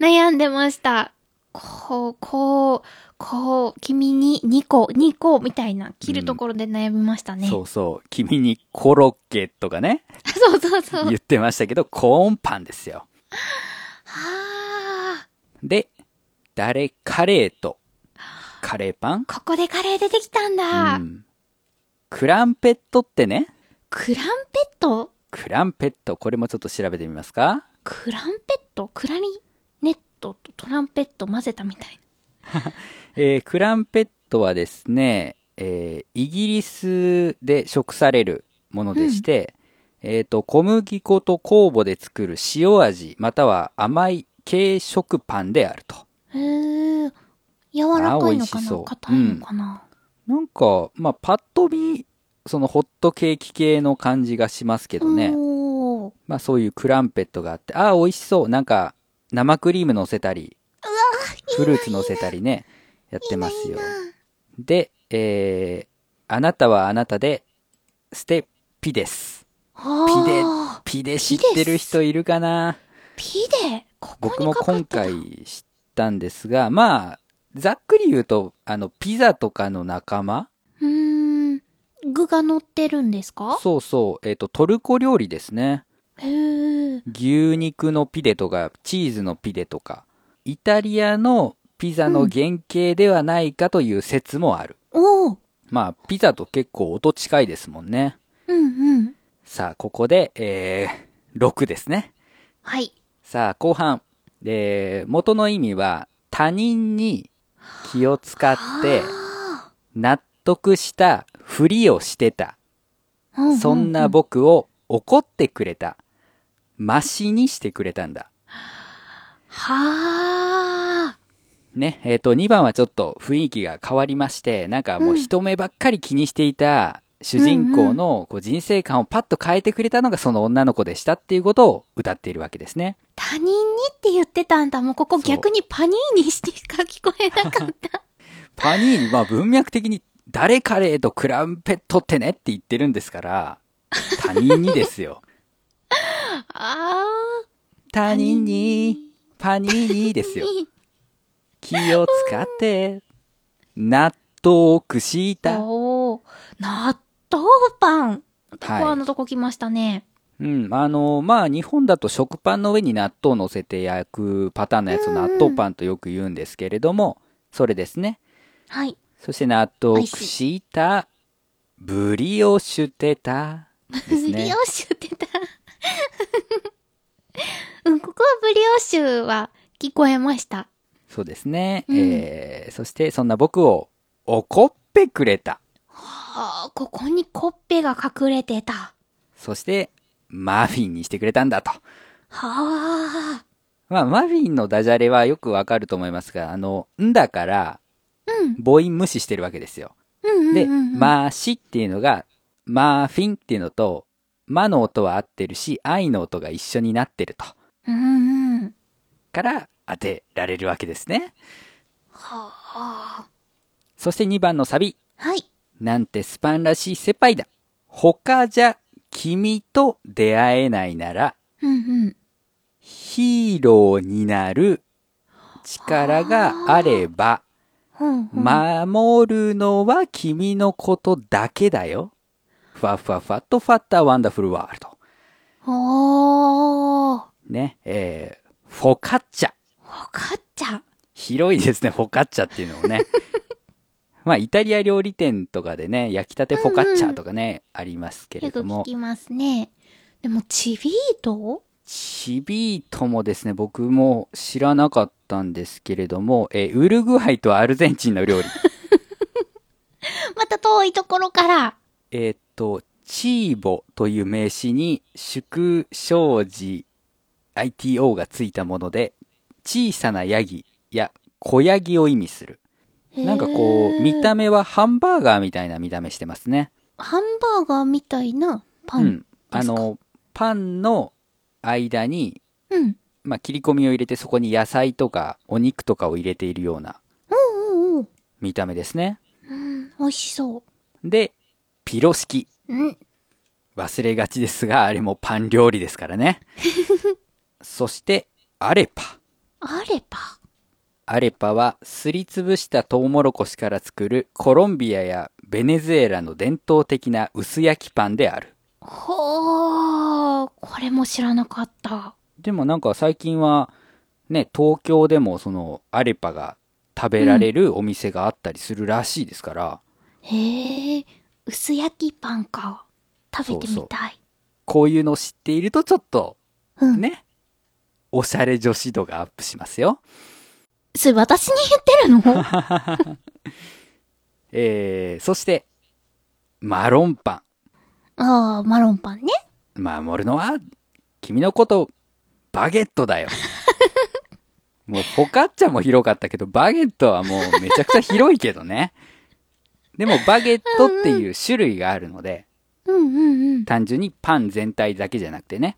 [SPEAKER 2] 悩んでました。こう、こう、こう、君に2個、2個みたいな、切るところで悩みましたね。
[SPEAKER 1] そうそう。君にコロッケとかね、
[SPEAKER 2] そうそうそう。は
[SPEAKER 1] 言ってましたけど、コーンパンですよ。
[SPEAKER 2] あ、
[SPEAKER 1] で、誰カレーと、カレーパン
[SPEAKER 2] ここでカレー出てきたんだ。
[SPEAKER 1] うん。クランペットってね、
[SPEAKER 2] クランペット
[SPEAKER 1] クランペット、これもちょっと調べてみますか
[SPEAKER 2] クランペットクラリネットとトランペット混ぜたみたい
[SPEAKER 1] えークランペットはですね、えーイギリスで食されるものでして、えっ、と、小麦粉と酵母で作る塩味、または甘い軽食パンであると。
[SPEAKER 2] な。へえ。柔らかいの
[SPEAKER 1] あー美
[SPEAKER 2] か
[SPEAKER 1] 味し
[SPEAKER 2] な
[SPEAKER 1] そう
[SPEAKER 2] 硬いのかな、
[SPEAKER 1] なんか、まあ、パッと見、そのホットケーキ系の感じがしますけどね。
[SPEAKER 2] おー
[SPEAKER 1] まあ、そういうクランペットがあって、ああ、美味しそう。なんか、生クリーム乗せたり、フルーツ乗せたりね、やってますよ。で、えー、あなたはあなたで、ステピです。
[SPEAKER 2] あー
[SPEAKER 1] ピで知ってる人いるかな
[SPEAKER 2] ピで、ここ
[SPEAKER 1] 僕
[SPEAKER 2] に
[SPEAKER 1] も
[SPEAKER 2] かか
[SPEAKER 1] 今
[SPEAKER 2] ってた。
[SPEAKER 1] 回知ったんですが、まあ、ざっくり言うと、あの、ピザとかの仲間
[SPEAKER 2] うーん。具が乗ってるんですか
[SPEAKER 1] そうそう、えっ、と、トルコ料理ですね。
[SPEAKER 2] へえ。
[SPEAKER 1] 牛肉のピデとか、チーズのピデとか、イタリアのピザの原型ではないかという説もある。
[SPEAKER 2] おー
[SPEAKER 1] まあ、ピザと結構音近いですもんね。
[SPEAKER 2] うんうん。
[SPEAKER 1] さあ、ここで、えー、6ですね。
[SPEAKER 2] はい。
[SPEAKER 1] さあ、後半。えー、元の意味は、他人に気を使って、
[SPEAKER 2] あ
[SPEAKER 1] 納得したふりをしてた。
[SPEAKER 2] ーううう
[SPEAKER 1] そんな僕を怒ってくれた。マシにしてくれたんだ。
[SPEAKER 2] はあ。
[SPEAKER 1] ね、えっ、と、2番はちょっと雰囲気が変わりまして、なんかもう人目ばっかり気にしていた主人公のこう人生観をパッと変えてくれたのがその女の子でしたっていうことを歌っているわけですね。
[SPEAKER 2] 他人にって言ってたんだ。もうここ
[SPEAKER 1] そう
[SPEAKER 2] 逆にパニーにしてしか聞こえなかった。
[SPEAKER 1] パニーニ、まあ文脈的に誰カレーとクランペットってねって言ってるんですから、他人にですよ。
[SPEAKER 2] あ
[SPEAKER 1] 他人に、パニーニです
[SPEAKER 2] ー
[SPEAKER 1] よ。気を使って、納得した。
[SPEAKER 2] おー納豆パン。
[SPEAKER 1] はい
[SPEAKER 2] コアのとこ来ましたね。
[SPEAKER 1] うん、あの、まあ、日本だと食パンの上に納豆を乗せて焼くパターンのやつを納豆パンとよく言うんですけれども、それですね。
[SPEAKER 2] はい。
[SPEAKER 1] そして納豆した、ブリをしてた、です
[SPEAKER 2] ブリオ
[SPEAKER 1] ね
[SPEAKER 2] ッ。シュって言ってた。 うん、ここはブリオッシュは聞こえました。
[SPEAKER 1] そうですね。
[SPEAKER 2] うん
[SPEAKER 1] えー、そしてそんな僕を怒ってくれた。
[SPEAKER 2] はあ、ここにコッペが隠れてた。
[SPEAKER 1] そして、マフィンにしてくれたんだと。
[SPEAKER 2] はあ。
[SPEAKER 1] まあ、マフィンのダジャレはよくわかると思いますが、あの、んだから、
[SPEAKER 2] うん。
[SPEAKER 1] 母音無視してるわけですよ。
[SPEAKER 2] うんうんうん、うん。
[SPEAKER 1] で、まーしっていうのが、マーフィンっていうのと、まの音は合ってるし、愛の音が一緒になってると。
[SPEAKER 2] うんうん。
[SPEAKER 1] から当てられるわけですね。
[SPEAKER 2] はあ。
[SPEAKER 1] そして2番のサビ。
[SPEAKER 2] はい。
[SPEAKER 1] なんてスパンらしい世界だ。他じゃ君と出会えないなら、
[SPEAKER 2] うんうん。
[SPEAKER 1] ヒーローになる力があれば、
[SPEAKER 2] うん、うん。
[SPEAKER 1] 守るのは君のことだけだよ。ふわふわふわっとファッターワンダフルワールド。
[SPEAKER 2] おー。
[SPEAKER 1] ね、えー、フォカッチャ。
[SPEAKER 2] わかっちゃう。
[SPEAKER 1] 広いですね、フォカッチャっていうのもね。まあ、イタリア料理店とかでね、焼きたてフォカッチャとかね、ありますけれ
[SPEAKER 2] よく
[SPEAKER 1] ども
[SPEAKER 2] 聞、きますね。でも、チビート
[SPEAKER 1] チビートもですね、僕も知らなかったんですけれども、えーウルグアイとアルゼンチンの料理。
[SPEAKER 2] また遠いところから。
[SPEAKER 1] えーっと、チーボという名詞に縮小字 ITO がついたもので、小さなヤギや小ヤギを意味する。なんかこ
[SPEAKER 2] へ
[SPEAKER 1] う、
[SPEAKER 2] ー
[SPEAKER 1] 見た目はハンバーガーみたいな見た目してますね。
[SPEAKER 2] ハンバーガーみたいなパ
[SPEAKER 1] う
[SPEAKER 2] ン
[SPEAKER 1] ん。。あの、パンの間に、
[SPEAKER 2] うん。
[SPEAKER 1] まあ、切り込みを入れてそこに野菜とかお肉とかを入れているような
[SPEAKER 2] うんうんうん。
[SPEAKER 1] 見た目ですね。
[SPEAKER 2] うん、美味しそ
[SPEAKER 1] で、ピロシキ。
[SPEAKER 2] う。うん。
[SPEAKER 1] 忘れがちですが、あれもパン料理ですから ね。そして、アレパ。
[SPEAKER 2] あれば。
[SPEAKER 1] アレパはすりつぶしたトウモロコシから作るコロンビアやベネズエラの伝統的な薄焼きパンである。
[SPEAKER 2] ほー。これも知らなかった。
[SPEAKER 1] でもなんか最近はね、東京でもそのアレパが食べられるお店があったりするらしいですから、
[SPEAKER 2] へー。薄焼きパンか。食べてみたい。
[SPEAKER 1] こういうのを知っているとちょっと
[SPEAKER 2] うん。
[SPEAKER 1] ね、おしゃれ女子度がアップしますよ。
[SPEAKER 2] それ私に 言ってるの
[SPEAKER 1] えー、そして、マロンパン。
[SPEAKER 2] あー、マロンパンね。
[SPEAKER 1] 守るのは、君のこと、バゲットだよ。もう、ポカッチャも広かったけど、バゲットはもうめちゃくちゃ広いけどね。でも、バゲットっていう種類があるので、
[SPEAKER 2] うんうんうん。
[SPEAKER 1] 単純にパン全体だけじゃなくてね。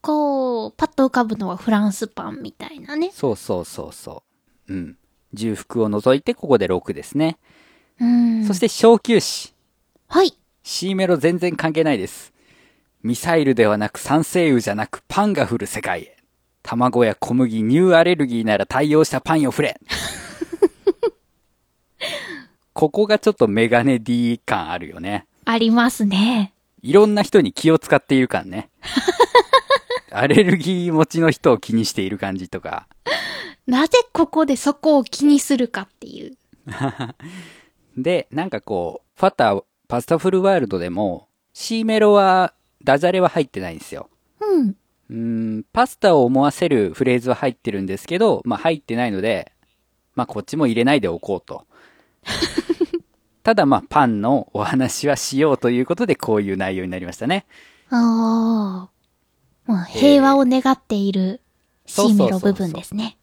[SPEAKER 2] こう、パッと浮かぶのはフランスパンみたいなね。
[SPEAKER 1] そうそうそうそう。うん。重複を除いて、ここで6ですね。
[SPEAKER 2] うん。
[SPEAKER 1] そして、小休止。
[SPEAKER 2] はい。
[SPEAKER 1] C メロ全然関係ないです。ミサイルではなく酸性雨じゃなくパンが降る世界へ。卵や小麦、乳アレルギーなら対応したパンよ触 れ。ここがちょっとメガネ D 感あるよね。
[SPEAKER 2] ありますね。
[SPEAKER 1] いろんな人に気を使っている感 ね。アレルギー持ちの人を気にしている感じとか。
[SPEAKER 2] なぜここでそこを気にするかっていう。
[SPEAKER 1] で、なんかこう、ファタ、パスタフルワールドでも C メロは、ダジャレは入ってないんですよ。
[SPEAKER 2] うん。
[SPEAKER 1] うーん、パスタを思わせるフレーズは入ってるんですけど、まあ入ってないので、まあこっちも入れないでおこうと。 ただまあパンのお話はしようということでこういう内容になりましたね。
[SPEAKER 2] ああ。まあ、平和を願っている
[SPEAKER 1] そう
[SPEAKER 2] シ
[SPEAKER 1] そうそう
[SPEAKER 2] ーメ
[SPEAKER 1] そう
[SPEAKER 2] ロ部分ですね。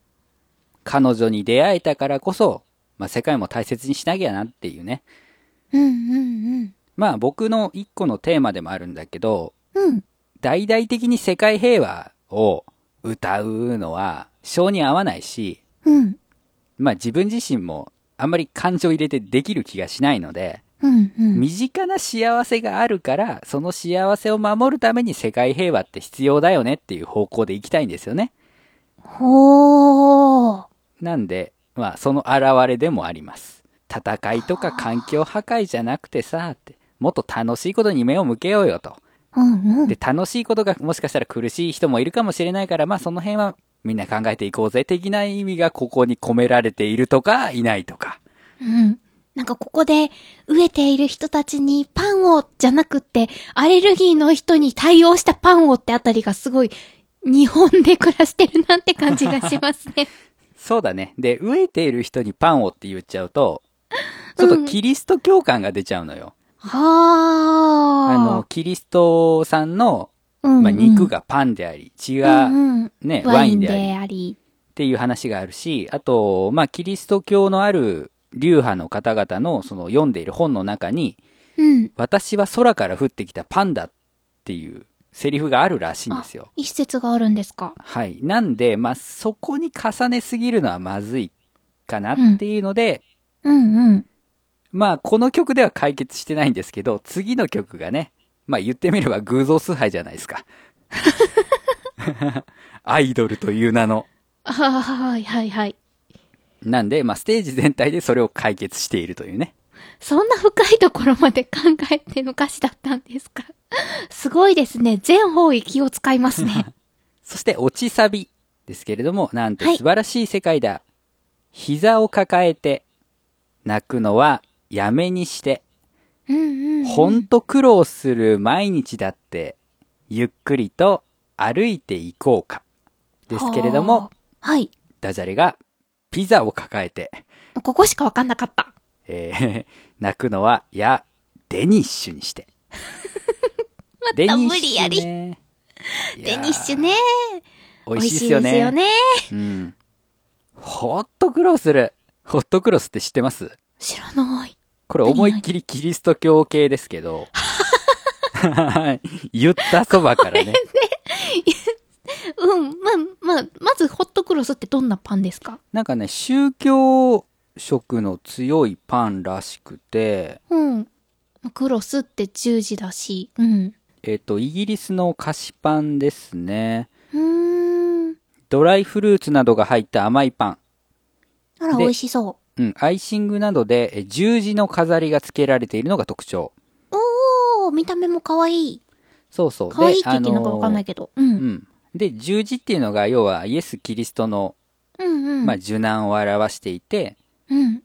[SPEAKER 1] 彼女に出会えたからこそ、まあ世界も大切にしなきゃなっていうね。
[SPEAKER 2] うんうん
[SPEAKER 1] まあ僕の一個のテーマでもあるんだけど、
[SPEAKER 2] うん。うん。
[SPEAKER 1] 大々的に世界平和を歌うのは性に合わないし、
[SPEAKER 2] うん。
[SPEAKER 1] まあ自分自身もあんまり感情入れてできる気がしないので、
[SPEAKER 2] うんうん。
[SPEAKER 1] 身近な幸せがあるから、その幸せを守るために世界平和って必要だよねっていう方向で行きたいんですよね。
[SPEAKER 2] ほー。
[SPEAKER 1] なんで、まあ、その現れでもあります。戦いとか環境破壊じゃなくてさ、って、もっと楽しいことに目を向けようよと。
[SPEAKER 2] うんうん。
[SPEAKER 1] で、楽しいことがもしかしたら苦しい人もいるかもしれないから、まあ、その辺はみんな考えていこうぜ的な意味がここに込められているとか、いないとか。
[SPEAKER 2] うん。なんかここで、飢えている人たちにパンを、じゃなくって、アレルギーの人に対応したパンをってあたりがすごい、日本で暮らしてるなって感じがします ね。
[SPEAKER 1] そうだね。で、飢えている人にパンをって言っちゃうと、ちょっとキリスト教感が出ちゃうのよ。
[SPEAKER 2] はあ。
[SPEAKER 1] あの、、キリストさんの、
[SPEAKER 2] うんうん
[SPEAKER 1] まあ、肉、がパンであり、血が
[SPEAKER 2] うんうん
[SPEAKER 1] ね、
[SPEAKER 2] ワ
[SPEAKER 1] ワ
[SPEAKER 2] イ
[SPEAKER 1] イ
[SPEAKER 2] ン
[SPEAKER 1] ン
[SPEAKER 2] で
[SPEAKER 1] でありっ
[SPEAKER 2] あり。
[SPEAKER 1] ていう話があるし、あと、まあ、キリスト教のある流派の方々のその読んでいる本の中に、
[SPEAKER 2] うん。
[SPEAKER 1] 私は空から降ってきたパンダっていうセリフがあるらしいんですよ。
[SPEAKER 2] 一節があるんですか。
[SPEAKER 1] はい。なんで、まあ、そこに重ねすぎるのはまずいかなっていうので、
[SPEAKER 2] うんうん。
[SPEAKER 1] まあ、この曲では解決してないんですけど、次の曲がね、まあ言ってみれば偶像崇拝じゃないですか。アイドルという名の。
[SPEAKER 2] あはははいはいはい。
[SPEAKER 1] なんで、まあステージ全体でそれを解決しているというね。
[SPEAKER 2] そんな深いところまで考えての歌詞だったんですか。 すごいですね。全方位気を使いますね。
[SPEAKER 1] そして、落ちサビですけれども、なんと
[SPEAKER 2] はい
[SPEAKER 1] 素晴らしい世界だ。膝を抱えて、泣くのはやめにして、
[SPEAKER 2] うんうんうん。
[SPEAKER 1] ほんと苦労する毎日だって、ゆっくりと歩いていこうか。ですけれども
[SPEAKER 2] は、あ。はい。
[SPEAKER 1] ダジャレが、ピザを抱えて、
[SPEAKER 2] ここしかわかんなかった。
[SPEAKER 1] えー 泣くのは、や、デニッシュに して。デ
[SPEAKER 2] た
[SPEAKER 1] ニッ
[SPEAKER 2] 無
[SPEAKER 1] シ
[SPEAKER 2] 理
[SPEAKER 1] ュ
[SPEAKER 2] やり
[SPEAKER 1] ね。
[SPEAKER 2] デニッシュ
[SPEAKER 1] ュ。
[SPEAKER 2] ね。
[SPEAKER 1] 美味しいですよね。
[SPEAKER 2] 美味しいですよね。
[SPEAKER 1] うん。ホットクロスる。ホットクロスって知ってます
[SPEAKER 2] 知らない。
[SPEAKER 1] これ思いっきりキリスト教系ですけど。はい言ったそば からね。
[SPEAKER 2] うん。まあ、まあ、まずホットクロスってどんなパンですか
[SPEAKER 1] なんかね、宗教色の強いパンらしくて、
[SPEAKER 2] うん。クロスって十字だし。うん。
[SPEAKER 1] えっ、と、イギリスの菓子パンですね。
[SPEAKER 2] うーん。
[SPEAKER 1] ドライフルーツなどが入った甘いパン。
[SPEAKER 2] あら、
[SPEAKER 1] で
[SPEAKER 2] 美味しそ
[SPEAKER 1] うん、アイシングなどでえ十字の飾りが付けられているのが特徴。
[SPEAKER 2] う。おー、見た目も可愛い。
[SPEAKER 1] そうそう。
[SPEAKER 2] 可愛いって言っていいのかわかんない
[SPEAKER 1] い。
[SPEAKER 2] けど。うん。う
[SPEAKER 1] うんん。で、十字っていうのが、要はイエス・キリストの、
[SPEAKER 2] うん。
[SPEAKER 1] まあ、受難を表していて、
[SPEAKER 2] うん。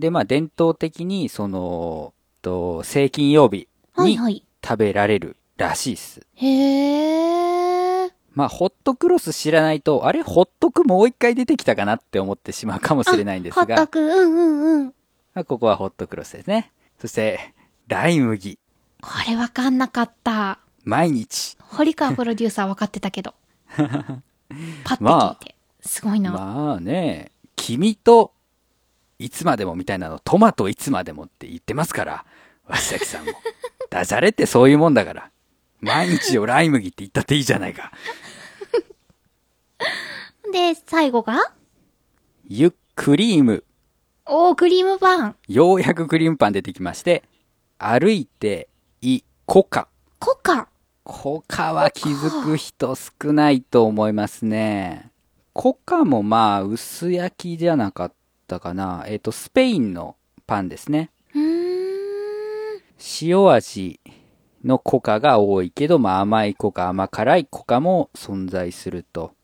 [SPEAKER 1] で、まあ、伝統的に、その、と、正金曜日
[SPEAKER 2] はい
[SPEAKER 1] に
[SPEAKER 2] はい。
[SPEAKER 1] 食べられるらしいっす。
[SPEAKER 2] へー。
[SPEAKER 1] まあ、ホットクロス知らないと、あれ、ホットクもう一回出てきたかなって思ってしまうかもしれないんです
[SPEAKER 2] あホット
[SPEAKER 1] が、
[SPEAKER 2] ク、うんうんうん。
[SPEAKER 1] まあここはホットクロスですね。そして、ライ麦、
[SPEAKER 2] これわかんなかった。
[SPEAKER 1] 毎日。
[SPEAKER 2] 堀川プロデューサー分かってたけ ど。パッて聞
[SPEAKER 1] ま
[SPEAKER 2] いて。すごいな。
[SPEAKER 1] まあね、君といつまでもみたいなの、トマトいつまでもって言ってますから、鷲崎さんも。ダジャレってそういうもんだから。毎日をライ麦って言ったっていいじゃないか。
[SPEAKER 2] で、最後が
[SPEAKER 1] ゆっくりーむ。
[SPEAKER 2] おー、クリームパン。
[SPEAKER 1] ようやくクリームパン出てきまして、歩いていこか。
[SPEAKER 2] コカ。
[SPEAKER 1] コカは気づく人少ないと思いますね。コカもまあ薄焼きじゃなかったかな。えっ、と、スペインのパンですね。
[SPEAKER 2] うーん。
[SPEAKER 1] 塩味のコカが多いけど、まあ、甘いコカ甘辛いコカも存在すると、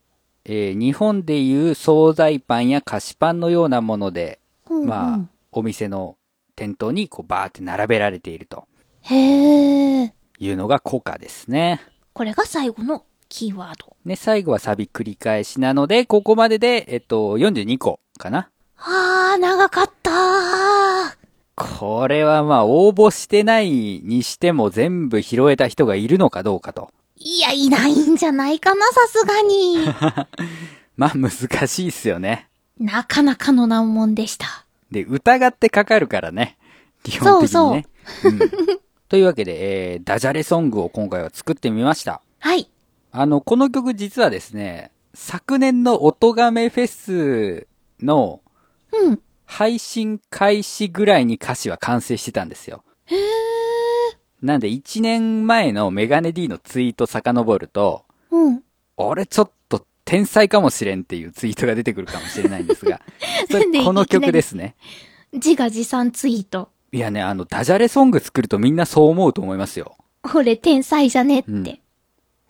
[SPEAKER 1] えー日本でいう惣菜パンや菓子パンのようなもので、
[SPEAKER 2] ほうほう
[SPEAKER 1] まあ、お店の店頭にこうバーって並べられていると
[SPEAKER 2] へー。
[SPEAKER 1] いうのがコカですね。
[SPEAKER 2] これが最後のキーワード。
[SPEAKER 1] ね、最後はサビ繰り返しなので、ここまでで、えっと、42個かな。
[SPEAKER 2] あー、長かったー。
[SPEAKER 1] これはまあ、応募してないにしても全部拾えた人がいるのかどうかと。
[SPEAKER 2] いや、いないんじゃないかな、さすがに。
[SPEAKER 1] まあ、難しいっすよね。
[SPEAKER 2] なかなかの難問でした。
[SPEAKER 1] で、疑ってかかるからね。基本的にね。うん というわけで、えー、ダジャレソングを今回は作ってみました。
[SPEAKER 2] はい。
[SPEAKER 1] あの、この曲実はですね、昨年の音亀フェスの
[SPEAKER 2] うん。
[SPEAKER 1] 配信開始ぐらいに歌詞は完成してたんですよ。
[SPEAKER 2] へー。
[SPEAKER 1] なんで1年前のメガネ D のツイート遡ると、
[SPEAKER 2] うん。
[SPEAKER 1] 俺ちょっと天才かもしれんっていうツイートが出てくるかもしれないんですが、それ
[SPEAKER 2] なんでいきなり
[SPEAKER 1] この曲ですね。
[SPEAKER 2] 自画自賛ツイート。
[SPEAKER 1] いやね、あの、ダジャレソング作るとみんなそう思うと思いますよ。
[SPEAKER 2] 俺天才じゃねって。
[SPEAKER 1] うん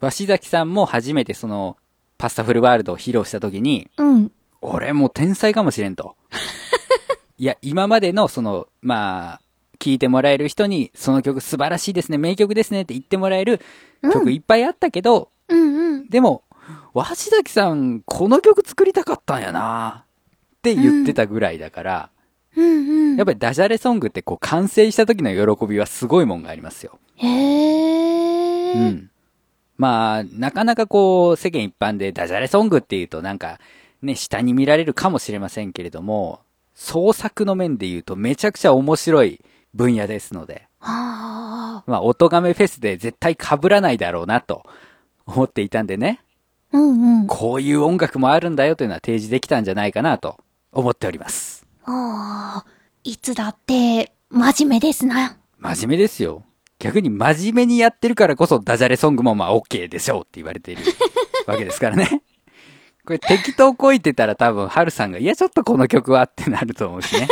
[SPEAKER 1] 鷲崎さんも初めてその、パスタフルワールドを披露した時に、
[SPEAKER 2] うん。
[SPEAKER 1] 俺もう天才かもしれん と。いや、今までのその、まあ、聞いてもらえる人に、その曲素晴らしいですね、名曲ですねって言ってもらえる曲いっぱいあったけど、
[SPEAKER 2] うんうん。
[SPEAKER 1] でも、鷲崎さん、この曲作りたかったんやなって言ってたぐらいだから、
[SPEAKER 2] うんうん。
[SPEAKER 1] やっぱりダジャレソングってこう完成した時の喜びはすごいもんがありますよ。
[SPEAKER 2] へえ。
[SPEAKER 1] う。ん。まあ、なかなかこう、世間一般でダジャレソングっていうとなんか、ね、下に見られるかもしれませんけれども、創作の面で言うとめちゃくちゃ面白い分野ですので、
[SPEAKER 2] ああ。
[SPEAKER 1] まあ、音亀フェスで絶対被らないだろうなと 思っていたんでね、
[SPEAKER 2] うんうん。
[SPEAKER 1] こういう音楽もあるんだよというのは提示できたんじゃないかなと思っております。
[SPEAKER 2] ああ。いつだって、真面目ですな。
[SPEAKER 1] 真面目ですよ。逆に真面目にやってるからこそダジャレソングもまあ OK でしょうって言われ ているわけですからね。これ適当こいてたら多分ハルさんが、いやちょっとこの曲はってなると思うし ね。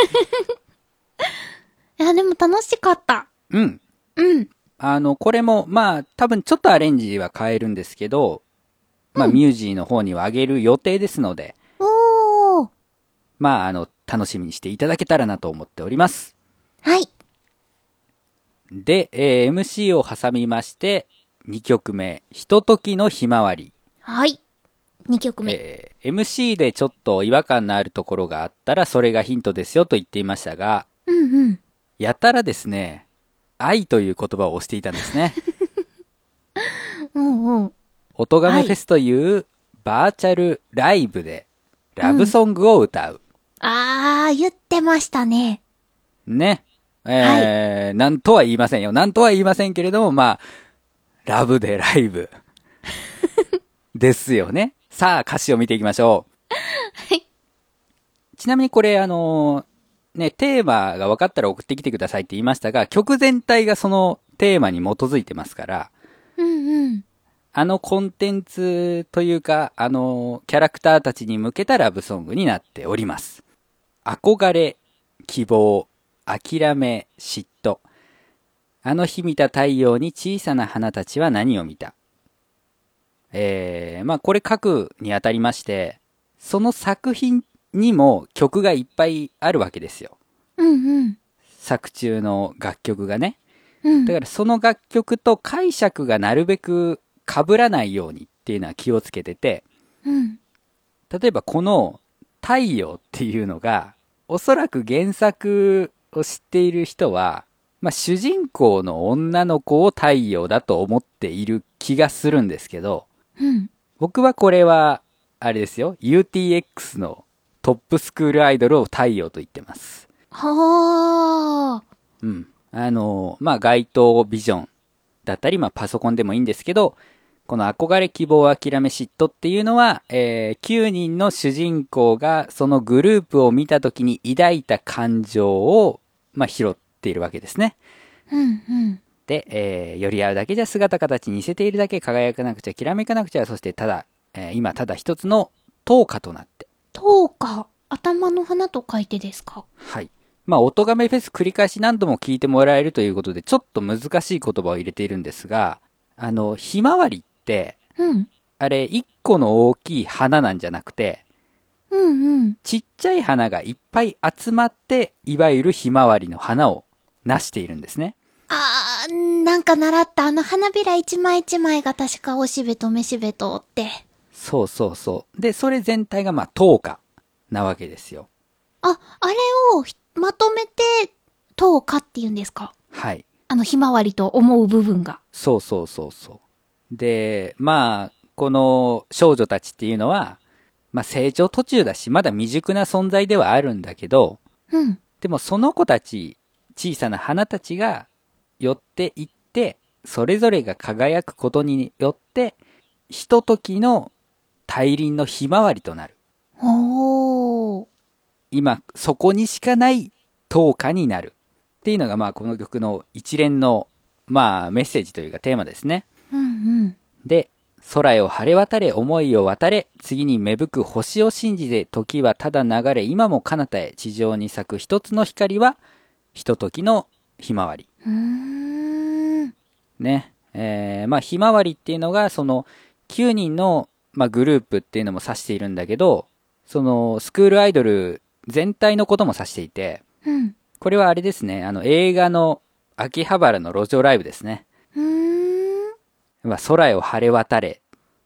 [SPEAKER 2] いや、でも楽しかった。
[SPEAKER 1] うん。
[SPEAKER 2] うん。
[SPEAKER 1] あの、これもまあ多分ちょっとアレンジは変えるんですけど、まあミュージーの方には上げる予定ですので、
[SPEAKER 2] おー。
[SPEAKER 1] まああの、楽しみにしていただけたらなと思っております。
[SPEAKER 2] はい。
[SPEAKER 1] で、えー MC を挟みまして、2曲目、ひとときのひまわり。
[SPEAKER 2] はい。2曲目。
[SPEAKER 1] えー MC でちょっと違和感のあるところがあったら、それがヒントですよと言っていましたが、
[SPEAKER 2] うんうん。
[SPEAKER 1] やたらですね、愛という言葉を押していたんですね。
[SPEAKER 2] うんうん。
[SPEAKER 1] 音がめフェスというバーチャルライブでラブソングを歌う。
[SPEAKER 2] あー、言ってましたね。
[SPEAKER 1] ね。えーなんとは言いませんよ。なんとは言いませんけれども、まあ、ラブでライ ブ。ですよね。さあ、歌詞を見ていきましょう。
[SPEAKER 2] はい。
[SPEAKER 1] ちなみにこれ、あのーね、テーマが分かったら送ってきてくださいって言いましたが、曲全体がそのテーマに基づいてますから、
[SPEAKER 2] うんうん。
[SPEAKER 1] あのコンテンツというか、あの、キャラクターたちに向けたラブソングになっております。憧れ、希望、諦め、嫉妬。あの日見た太陽に小さな花たちは何を見たえー、まあこれ書くにあたりまして、その作品にも曲がいっぱいあるわけですよ。
[SPEAKER 2] うんうん。
[SPEAKER 1] 作中の楽曲がね。
[SPEAKER 2] うん。
[SPEAKER 1] だからその楽曲と解釈がなるべく被らないようにっていうのは気をつけてて、
[SPEAKER 2] うん。
[SPEAKER 1] 例えばこの太陽っていうのが、おそらく原作を知っている人は、まあ主人公の女の子を太陽だと思っている気がするんですけど、
[SPEAKER 2] うん。
[SPEAKER 1] 僕はこれは、あれですよ、UTX のトップスクールアイドルを太陽と言ってます。
[SPEAKER 2] はー。
[SPEAKER 1] うん。あの、まあ、街頭ビジョンだったり、まあ、パソコンでもいいんですけど、この憧れ希望諦め嫉妬っていうのは、えー9人の主人公がそのグループを見た時に抱いた感情を、まあ、拾っているわけですね。
[SPEAKER 2] うんうん。
[SPEAKER 1] で、えー寄り合うだけじゃ姿形似せているだけ輝かなくちゃ、きらめかなくちゃ、そしてただ、えー今ただ一つの灯火となって、
[SPEAKER 2] 10日、頭の花と書いてですか
[SPEAKER 1] はい。まあ、音亀フェス繰り返し何度も聞いてもらえるということで、ちょっと難しい言葉を入れているんですが、あの、ひまわりって、
[SPEAKER 2] うん。
[SPEAKER 1] あれ、一個の大きい花なんじゃなくて、
[SPEAKER 2] うんうん。
[SPEAKER 1] ちっちゃい花がいっぱい集まって、いわゆるひまわりの花をなしているんですね。
[SPEAKER 2] あー、なんか習ったあの花びら一枚一枚が確かおしべとめしべとって。
[SPEAKER 1] そうそうそう。で、それ全体がまあ、10日なわけですよ。
[SPEAKER 2] あ、あれをひまとめて、10日って言うんですか
[SPEAKER 1] はい。
[SPEAKER 2] あのひまわりと思う部分が。
[SPEAKER 1] そうそうそうそう。で、まあ、この少女たちっていうのは、まあ成長途中だし、まだ未熟な存在ではあるんだけど、
[SPEAKER 2] うん。
[SPEAKER 1] でもその子たち、小さな花たちが寄っていって、それぞれが輝くことによって、ひとときの大輪のひまわりとなる。
[SPEAKER 2] おー。
[SPEAKER 1] 今、そこにしかない10日になる。っていうのが、まあ、この曲の一連の、まあ、メッセージというかテーマですね。
[SPEAKER 2] うんうん。
[SPEAKER 1] で、空よ晴れ渡れ、思いを渡れ、次に芽吹く星を信じて、時はただ流れ、今も彼方へ、地上に咲く一つの光は、ひとときのひまわり。
[SPEAKER 2] うーん。
[SPEAKER 1] ね。えー、まあ、ひまわりっていうのが、その、9人の、まあ、グループっていうのも指しているんだけど、その、スクールアイドル全体のことも指していて、
[SPEAKER 2] うん。
[SPEAKER 1] これはあれですね、あの、映画の秋葉原の路上ライブですね。
[SPEAKER 2] うーん。
[SPEAKER 1] まあ、空よ晴れ渡れ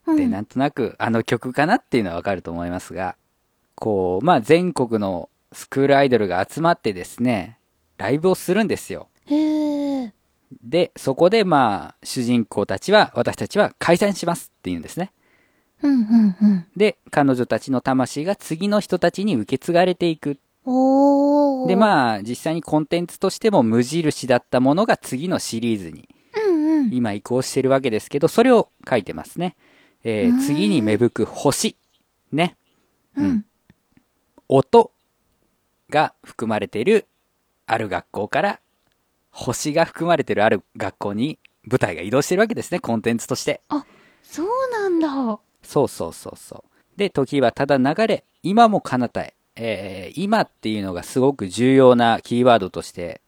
[SPEAKER 2] う
[SPEAKER 1] で
[SPEAKER 2] ん。
[SPEAKER 1] なんとなくあの曲かなっていうのはわかると思いますが、こう、まあ全国のスクールアイドルが集まってですね、ライブをするんですよ。
[SPEAKER 2] へえ。
[SPEAKER 1] で、そこでまあ、主人公たちは、私たちは解散しますって言うんですね。
[SPEAKER 2] うんうんうん。
[SPEAKER 1] で、彼女たちの魂が次の人たちに受け継がれていく。
[SPEAKER 2] おー。
[SPEAKER 1] で、
[SPEAKER 2] あ。
[SPEAKER 1] まあ、実際にコンテンツとしても無印だったものが次のシリーズに
[SPEAKER 2] うんうん。
[SPEAKER 1] 今移行してるわけですけど、それを書いてますね。え
[SPEAKER 2] う
[SPEAKER 1] ー、
[SPEAKER 2] ん
[SPEAKER 1] 次に芽吹く星。ね。
[SPEAKER 2] うん。
[SPEAKER 1] 音が含まれているある学校から星が含まれているある学校に舞台が移動してるわけですね、コンテンツとして。
[SPEAKER 2] そうなんだ。
[SPEAKER 1] そうそうそうそう。で、時はただ流れ、今も彼方へ。えー今っていうのがすごく重要なキーワードとして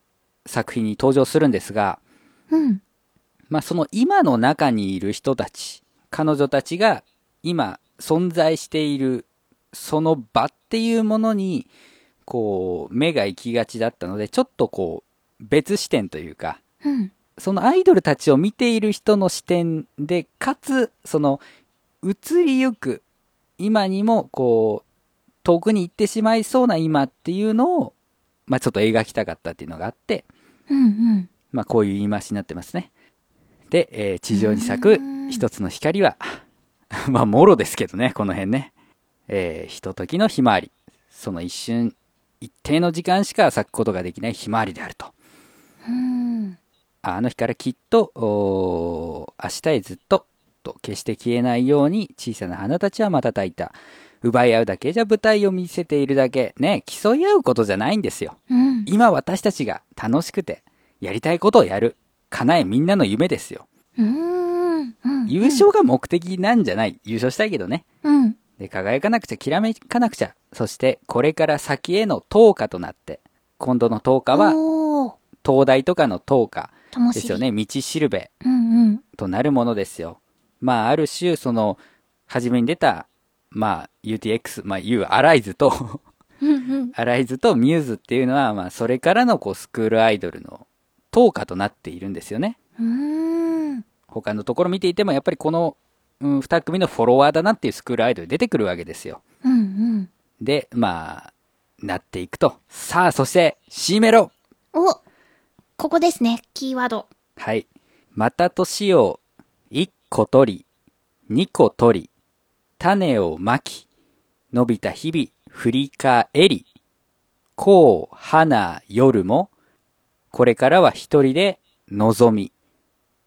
[SPEAKER 1] 作品に登場するんですが、
[SPEAKER 2] うん。
[SPEAKER 1] まあその今の中にいる人たち、彼女たちが今存在しているその場っていうものに、こう、目が行きがちだったので、ちょっとこう、別視点というか、
[SPEAKER 2] うん。
[SPEAKER 1] そのアイドルたちを見ている人の視点で、かつ、その、移りゆく、今にも、こう、遠くに行ってしまいそうな今っていうのを、まあちょっと描きたかったっていうのがあって、
[SPEAKER 2] うんうん。
[SPEAKER 1] まあこういう言い回しになってますね。で、えー地上に咲く
[SPEAKER 2] うん
[SPEAKER 1] 一つの光は、 まあもろですけどね、この辺ね。えー、ひとときのひまわり。その一瞬、一定の時間しか咲くことができないひまわりであると。
[SPEAKER 2] うん。
[SPEAKER 1] あの日からきっと、おー明日へずっと、と決して消えないように小さな花たちは瞬いた。奪い合うだけじゃ舞台を見せているだけ。ね、競い合うことじゃないんですよ。
[SPEAKER 2] うん。
[SPEAKER 1] 今私たちが楽しくて、やりたいことをやる。叶えみんなの夢ですよ。
[SPEAKER 2] うん。うん
[SPEAKER 1] 優勝が目的なんじゃない。優勝したいけどね。
[SPEAKER 2] うん。
[SPEAKER 1] で、輝かなくちゃ、きらめかなくちゃ。そして、これから先への投下となって。今度の投下は、
[SPEAKER 2] おー。
[SPEAKER 1] 東大とかの投下
[SPEAKER 2] ともし
[SPEAKER 1] ですよ。ね。道しるべ。
[SPEAKER 2] うんうん。
[SPEAKER 1] となるものですよ。まあ、ある種、その、初めに出た、まあ、UTX、まあ、U、アライズと、
[SPEAKER 2] うんうん。
[SPEAKER 1] アライズとミューズっていうのは、まあ、それからの、こう、スクールアイドルの、投下となっているんですよね。
[SPEAKER 2] うーん。
[SPEAKER 1] 他のところ見ていても、やっぱりこの、うん、二組のフォロワーだなっていうスクールアイドル出てくるわけですよ。
[SPEAKER 2] うんうん。
[SPEAKER 1] で、まあ、なっていくと。さあ、そして、C メロ
[SPEAKER 2] おここですね、キーワード。
[SPEAKER 1] はい。また年を1個取り、2個取り、種をまき、伸びた日々、振り返り、こう、花、夜も、これからは一人で望み、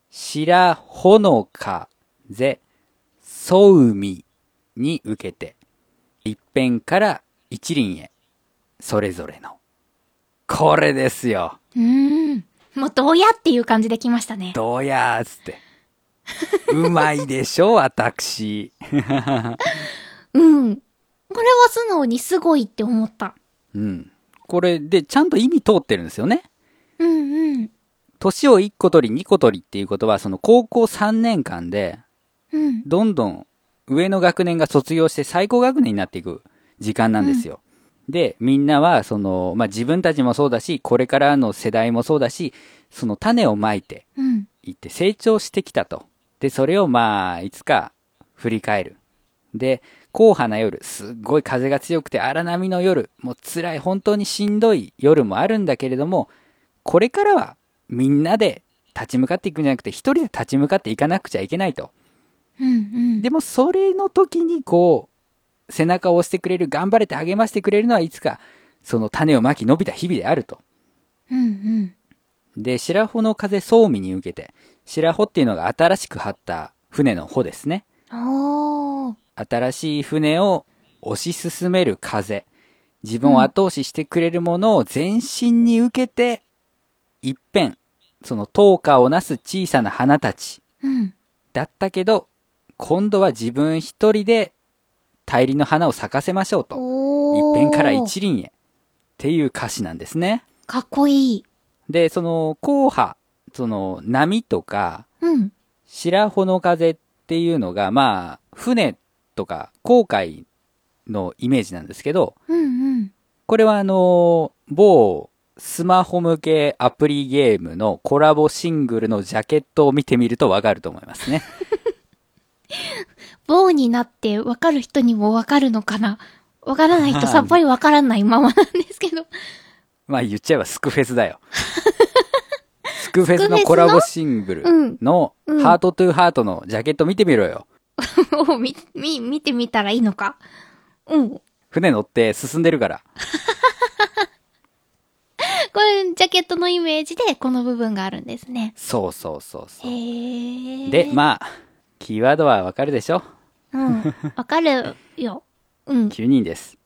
[SPEAKER 1] 白、ほのか、ぜ、そうみに受けて、一辺から一輪へ、それぞれの。これですよ。
[SPEAKER 2] うーん。もうどうやっていう感じできましたね。
[SPEAKER 1] どうやーっつって。うまいでしょ、私。
[SPEAKER 2] うん。これは素直にすごいって思った。
[SPEAKER 1] うん。これで、ちゃんと意味通ってるんですよね。
[SPEAKER 2] うんうん。
[SPEAKER 1] 年を1個取り、2個取りっていうことは、その高校3年間で、
[SPEAKER 2] うん。
[SPEAKER 1] どんどん上の学年が卒業して最高学年になっていく時間なんですよ。で、みんなは、その、まあ、自分たちもそうだし、これからの世代もそうだし、その種をまいて
[SPEAKER 2] うん。
[SPEAKER 1] いって成長してきたと。で、それをまあ、いつか振り返る。で、硬派な夜、すっごい風が強くて荒波の夜、もう辛い、本当にしんどい夜もあるんだけれども、これからはみんなで立ち向かっていくんじゃなくて、一人で立ち向かっていかなくちゃいけないと。
[SPEAKER 2] うんうん。
[SPEAKER 1] でも、それの時にこう、背中を押してくれる、頑張れて励ましてくれるのはいつか、その種をまき伸びた日々であると。
[SPEAKER 2] うんうん。
[SPEAKER 1] で、白穂の風そうみに受けて、白穂っていうのが新しく張った船の帆ですね。
[SPEAKER 2] おー。
[SPEAKER 1] 新しい船を押し進める風。自分を後押ししてくれるものを全身に受けて、一変、その灯火をなす小さな花たち。
[SPEAKER 2] うん。
[SPEAKER 1] だったけど、今度は自分一人で大輪の花を咲かせましょうと。
[SPEAKER 2] お
[SPEAKER 1] 一
[SPEAKER 2] ー。
[SPEAKER 1] 変から一輪へ。っていう歌詞なんですね。
[SPEAKER 2] かっこいい。
[SPEAKER 1] で、その、後波、その、波とか、
[SPEAKER 2] うん。
[SPEAKER 1] 白穂の風っていうのが、まあ、船とか航海のイメージなんですけど、
[SPEAKER 2] うんうん。
[SPEAKER 1] これはあの、某スマホ向けアプリゲームのコラボシングルのジャケットを見てみるとわかると思います ね。
[SPEAKER 2] 棒になってわかる人にもわかるのかなわからない人、さっぱりわからないままなんですけど。
[SPEAKER 1] まあ言っちゃえばスクフェスだよ。スクフェスのコラボシングルの
[SPEAKER 2] うん
[SPEAKER 1] ハートトゥーハートのジャケット見てみろよ。
[SPEAKER 2] を見、見、見てみたらいいのかうん。こ
[SPEAKER 1] 船乗って進んでるから。
[SPEAKER 2] れ、ジャケットのイメージでこの部分があるんですね。
[SPEAKER 1] そうそうそう
[SPEAKER 2] へ
[SPEAKER 1] そう。
[SPEAKER 2] ー。
[SPEAKER 1] で、まあ、キーワードはわかるでしょ
[SPEAKER 2] うん。わかるよ。うん。
[SPEAKER 1] ?9 人です。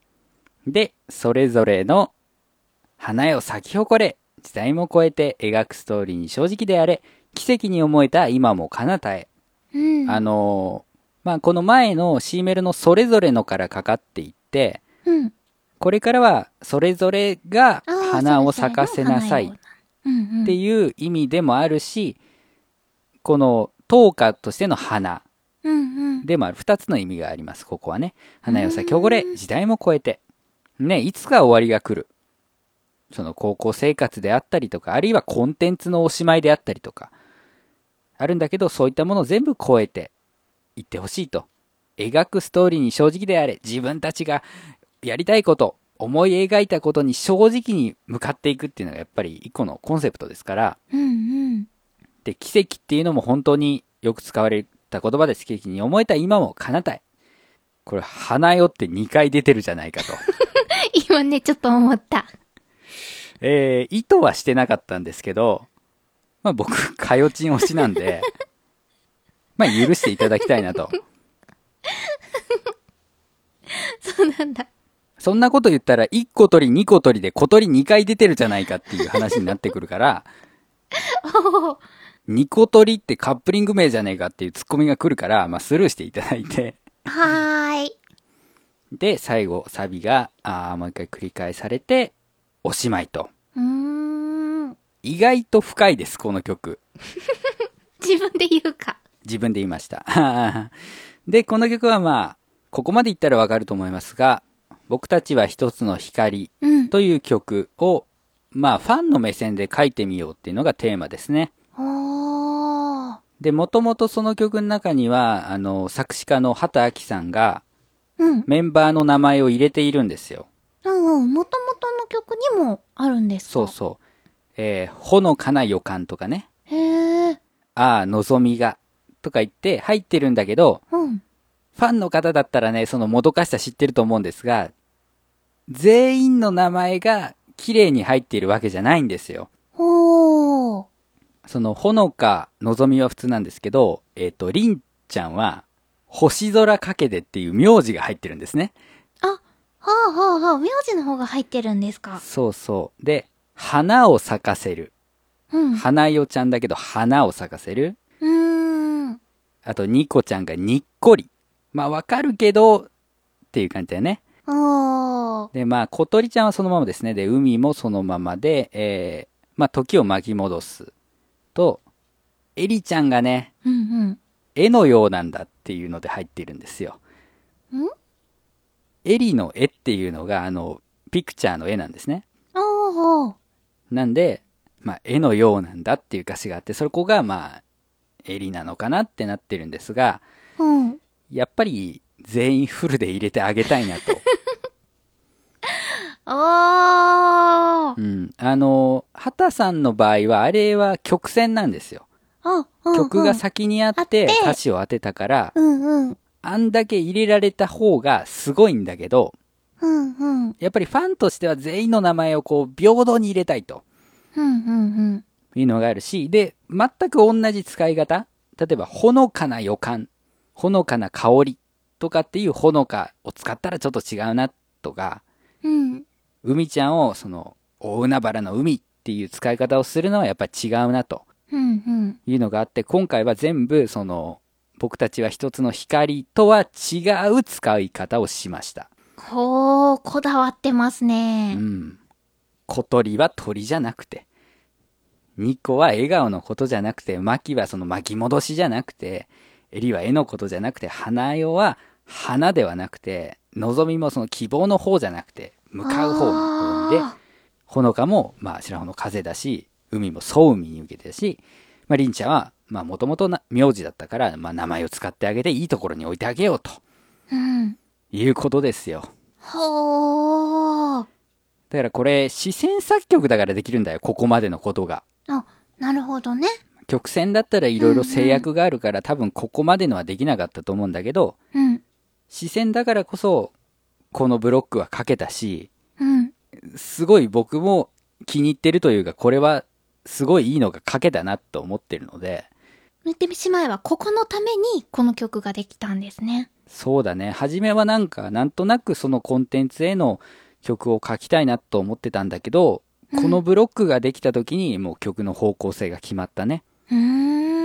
[SPEAKER 1] で、それぞれの花よ咲き誇れ、時代も超えて描くストーリーに正直であれ、奇跡に思えた今も彼方へ。
[SPEAKER 2] うん。
[SPEAKER 1] あのーまあ、この前の C メロのそれぞれのからかかっていって、
[SPEAKER 2] うん。
[SPEAKER 1] これからはそれぞれが
[SPEAKER 2] あー
[SPEAKER 1] 花を咲かせなさいっ。
[SPEAKER 2] うん。
[SPEAKER 1] ていう意味でもあるし、この10日としての花
[SPEAKER 2] うんうん。
[SPEAKER 1] でもある。2つの意味があります、ここはね。花よ咲き誇れ、時代も超えて。ね、いつか終わりが来る。その高校生活であったりとか、あるいはコンテンツのおしまいであったりとか、あるんだけど、そういったものを全部超えていってほしいと。描くストーリーに正直であれ、自分たちがやりたいこと、思い描いたことに正直に向かっていくっていうのがやっぱり一個のコンセプトですから、
[SPEAKER 2] うん
[SPEAKER 1] で、奇跡っていうのも本当によく使われた言葉です。奇跡に思えた今も叶たい。これ、花よって2回出てるじゃないかと。
[SPEAKER 2] 今ね、ちょっと思った。
[SPEAKER 1] えー、意図はしてなかったんですけど、まあ僕、かよちん推しなんで、まあ許していただきたいなと。
[SPEAKER 2] そうなんだ。
[SPEAKER 1] そんなこと言ったら、1個取り、2個取りで小鳥2回出てるじゃないかっていう話になってくるから、
[SPEAKER 2] おー
[SPEAKER 1] 2個取りってカップリング名じゃねえかっていうツッコミが来るから、まあスルーしていただいて、
[SPEAKER 2] はーい。
[SPEAKER 1] で、最後、サビが、あーもう一回繰り返されて、おしまいと。
[SPEAKER 2] うーん。
[SPEAKER 1] 意外と深いです、この曲。
[SPEAKER 2] 自分で言うか。
[SPEAKER 1] 自分で言いました。 で、この曲はまあ、ここまで言ったらわかると思いますが、僕たちは一つの光
[SPEAKER 2] うん。
[SPEAKER 1] という曲を、まあ、ファンの目線で書いてみようっていうのがテーマですね。
[SPEAKER 2] おー。
[SPEAKER 1] で、もともとその曲の中には、あの、作詞家の畑明さんが
[SPEAKER 2] うん。
[SPEAKER 1] メンバーの名前を入れているんですよ。
[SPEAKER 2] うんうん。もともとの曲にもあるんですか
[SPEAKER 1] そうそう。えーほのかな予感とかね。
[SPEAKER 2] う。へー。
[SPEAKER 1] ああ、望みが、とか言って入ってるんだけど、
[SPEAKER 2] うん。
[SPEAKER 1] ファンの方だったらね、そのもどかしさ知ってると思うんですが、全員の名前が綺麗に入っているわけじゃないんですよ。
[SPEAKER 2] おー。
[SPEAKER 1] その、ほのか、望みは普通なんですけど、えっ、と、りんちゃんは、星空かけてっていう名字が入ってるんですね。
[SPEAKER 2] あ、はあはあはあ、名字の方が入ってるんですか。
[SPEAKER 1] そうそう。で、花を咲かせる。
[SPEAKER 2] うん。う
[SPEAKER 1] 花代ちゃんだけど、花を咲かせる。
[SPEAKER 2] ーん。
[SPEAKER 1] あと、ニコちゃんがにっこり。まあ、わかるけど、っていう感じだよね。
[SPEAKER 2] おー。
[SPEAKER 1] で、まあ、小鳥ちゃんはそのままですね。で、海もそのままで、えー、まあ、時を巻き戻す。と、エリちゃんがね、
[SPEAKER 2] うん
[SPEAKER 1] 絵のようなんだっていうので入っているんですよ。
[SPEAKER 2] うん。ん
[SPEAKER 1] エリの絵っていうのが、あの、ピクチャーの絵なんですね。
[SPEAKER 2] おー。
[SPEAKER 1] なんで、まあ、絵のようなんだっていう歌詞があって、そこが、まあ、エリなのかなってなってるんですが、
[SPEAKER 2] うん。
[SPEAKER 1] やっぱり全員フルで入れてあげたいなと。
[SPEAKER 2] おー。
[SPEAKER 1] うん。あの、畑さんの場合は、あれは曲線なんですよ。
[SPEAKER 2] あ、うんうん
[SPEAKER 1] 曲が先にあっ
[SPEAKER 2] あ
[SPEAKER 1] て
[SPEAKER 2] って
[SPEAKER 1] 歌詞を当てたから、
[SPEAKER 2] うんうん。
[SPEAKER 1] あんだけ入れられた方がすごいんだけど、
[SPEAKER 2] うんうん。
[SPEAKER 1] やっぱりファンとしては全員の名前をこう平等に入れたいと
[SPEAKER 2] うんうん
[SPEAKER 1] いうのがあるし、で、全く同じ使い方例えば、ほのかな予感、ほのかな香りとかっていうほのかを使ったらちょっと違うなとか、
[SPEAKER 2] うん。うん。
[SPEAKER 1] 海ちゃんをその、大海原の海っていう使い方をするのはやっぱり違うなと
[SPEAKER 2] うんうん。
[SPEAKER 1] いうのがあって、今回は全部その、僕たちは一つの光とは違う使い方をしました。
[SPEAKER 2] ほー、こだわってます
[SPEAKER 1] う
[SPEAKER 2] ね。
[SPEAKER 1] ん。小鳥は鳥じゃなくて、ニコは笑顔のことじゃなくて、巻はその巻き戻しじゃなくて、エリは絵のことじゃなくて、花代は花ではなくて、望みもその希望の方じゃなくて、向かう方の方にで、
[SPEAKER 2] あ
[SPEAKER 1] ほのかも、まあ、白穂の風だし、海も総海に受けてだし、まあ、りんちゃんは、まあ、もともと名字だったから、まあ、名前を使ってあげて、いいところに置いてあげようと
[SPEAKER 2] ーうん。
[SPEAKER 1] いうことですよ。
[SPEAKER 2] ほー。
[SPEAKER 1] だからこれ、視線作曲だからできるんだよ、ここまでのことが。
[SPEAKER 2] あ、なるほどね。
[SPEAKER 1] 曲線だったらいろいろ制約があるから、多分ここまでのはできなかったと思うんだけど、
[SPEAKER 2] うん。
[SPEAKER 1] 視線だからこそ、このブロックは書けたし、
[SPEAKER 2] うん。
[SPEAKER 1] すごい僕も気に入ってるというか、これはすごいいいのが書けたなと思ってるので、
[SPEAKER 2] 言ってしまえば、ここのためにこの曲ができたんですね。
[SPEAKER 1] そうだね。初めはなんか、なんとなくそのコンテンツへの曲を書きたいなと思ってたんだけど、
[SPEAKER 2] うん
[SPEAKER 1] このブロックができた時にもう曲の方向性が決まったね。
[SPEAKER 2] う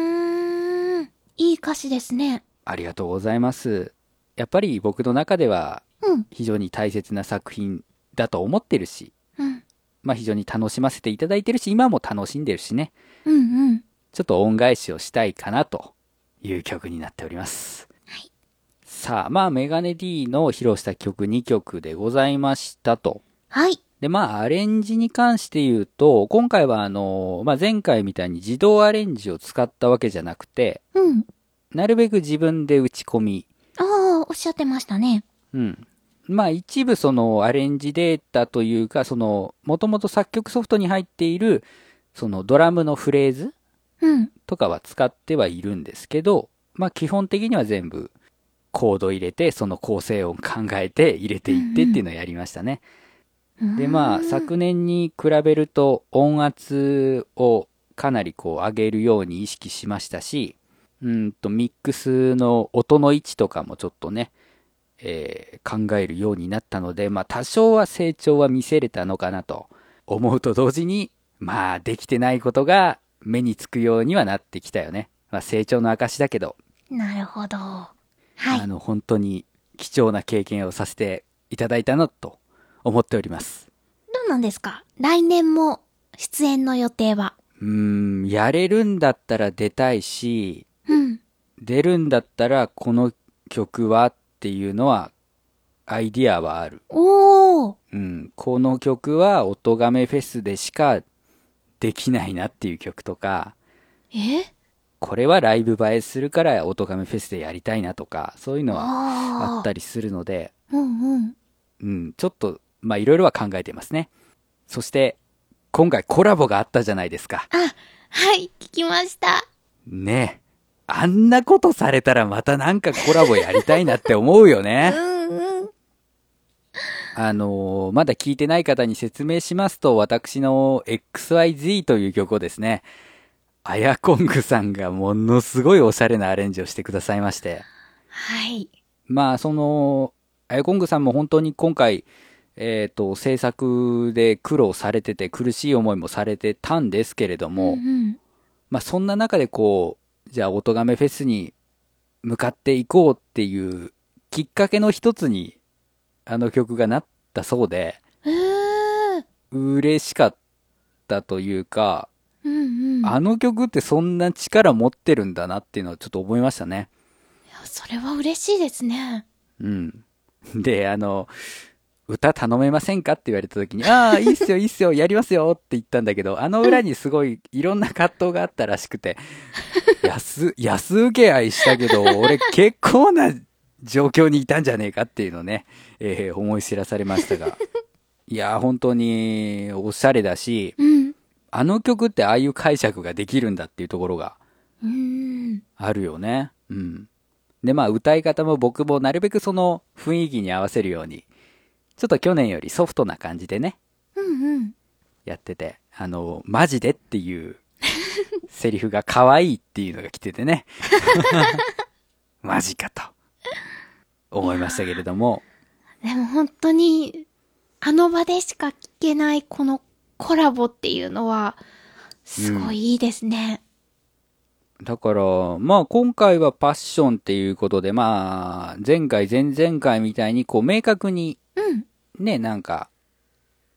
[SPEAKER 2] ーん。いい歌詞ですね。
[SPEAKER 1] ありがとうございます。やっぱり僕の中では
[SPEAKER 2] うん。
[SPEAKER 1] 非常に大切な作品だと思ってるし、
[SPEAKER 2] うん。
[SPEAKER 1] まあ非常に楽しませていただいてるし、今も楽しんでるしね。
[SPEAKER 2] うんうん。
[SPEAKER 1] ちょっと恩返しをしたいかなという曲になっております。
[SPEAKER 2] はい
[SPEAKER 1] さあ、まあメガネ D の披露した曲2曲でございましたと。
[SPEAKER 2] はい。
[SPEAKER 1] で、まあ、アレンジに関して言うと、今回はあの、まあ、前回みたいに自動アレンジを使ったわけじゃなくて、
[SPEAKER 2] うん。
[SPEAKER 1] なるべく自分で打ち込み、
[SPEAKER 2] ああ、おっしゃってましたね。
[SPEAKER 1] うん。まあ、一部そのアレンジデータというか、その、もともと作曲ソフトに入っている、そのドラムのフレーズ
[SPEAKER 2] うん。
[SPEAKER 1] とかは使ってはいるんですけど、まあ、基本的には全部コード入れて、その構成音考えて入れていってっていうのをやりましたね。でまあ
[SPEAKER 2] うーん
[SPEAKER 1] 昨年に比べると音圧をかなりこう上げるように意識しましたしうんとミックスの音の位置とかもちょっとね、えー考えるようになったのでまあ多少は成長は見せれたのかなと思うと同時にまあできてないことが目につくようにはなってきたよね、まあ、成長の証だけど、
[SPEAKER 2] なるほど。はい
[SPEAKER 1] あ。の本当に貴重な経験をさせていただいたなと思っております
[SPEAKER 2] どうなんですか来年も出演の予定は。
[SPEAKER 1] うーん、やれるんだったら出たいし、
[SPEAKER 2] うん。
[SPEAKER 1] 出るんだったらこの曲はっていうのは、アイディアはある。
[SPEAKER 2] おー。
[SPEAKER 1] うん、この曲は音亀フェスでしかできないなっていう曲とか、
[SPEAKER 2] え
[SPEAKER 1] これはライブ映えするから音亀フェスでやりたいなとか、そういうのはあ
[SPEAKER 2] あ
[SPEAKER 1] ったりするので、
[SPEAKER 2] ーうんうん。
[SPEAKER 1] うん、ちょっと、まあいろいろは考えてますね。そして、今回コラボがあったじゃないですか。
[SPEAKER 2] あ、はい、聞きました。
[SPEAKER 1] ねえ。あんなことされたらまたなんかコラボやりたいなって思うよ
[SPEAKER 2] う
[SPEAKER 1] ね。
[SPEAKER 2] んうん。
[SPEAKER 1] あのーまだ聞いてない方に説明しますと、私の XYZ という曲をですね、アヤコングさんがものすごいおしゃれなアレンジをしてくださいまして。
[SPEAKER 2] はい。
[SPEAKER 1] まあ、その、アヤコングさんも本当に今回、えっ、と、制作で苦労されてて苦しい思いもされてたんですけれども、
[SPEAKER 2] うんうん。
[SPEAKER 1] まあ、そんな中でこう、じゃあ、音亀フェスに向かっていこうっていうきっかけの一つに、あの曲がなったそうで、
[SPEAKER 2] えー。
[SPEAKER 1] 嬉しかったというか、
[SPEAKER 2] うんうん。
[SPEAKER 1] あの曲ってそんな力持ってるんだなっていうのはちょっと思いましたね。
[SPEAKER 2] いやそれは嬉しいですね。
[SPEAKER 1] うん。で、あの、歌頼めませんかって言われた時に、ああ、いいっすよ、いいっすよ、やりますよって言ったんだけど、あの裏にすごいいろんな葛藤があったらしくて、安、安請け合いしたけど、俺結構な状況にいたんじゃねえかっていうのをね、えー思い知らされましたが。いやー、本当におしゃれだし、
[SPEAKER 2] うん。
[SPEAKER 1] あの曲ってああいう解釈ができるんだっていうところが、
[SPEAKER 2] うん。
[SPEAKER 1] あるよね。うん。で、まあ、歌い方も僕もなるべくその雰囲気に合わせるように、ちょっと去年よりソフトな感じでね、
[SPEAKER 2] うんうん。
[SPEAKER 1] やってて、あの、マジでっていうセリフが可愛いっていうのが来ててね。 マジかと。思いましたけれども、
[SPEAKER 2] でも本当に、あの場でしか聞けないこのコラボっていうのは、すごいいいですね。
[SPEAKER 1] だから、まあ今回はパッションっていうことで、まあ前回前々回みたいにこう明確に
[SPEAKER 2] うん。
[SPEAKER 1] ね、なんか、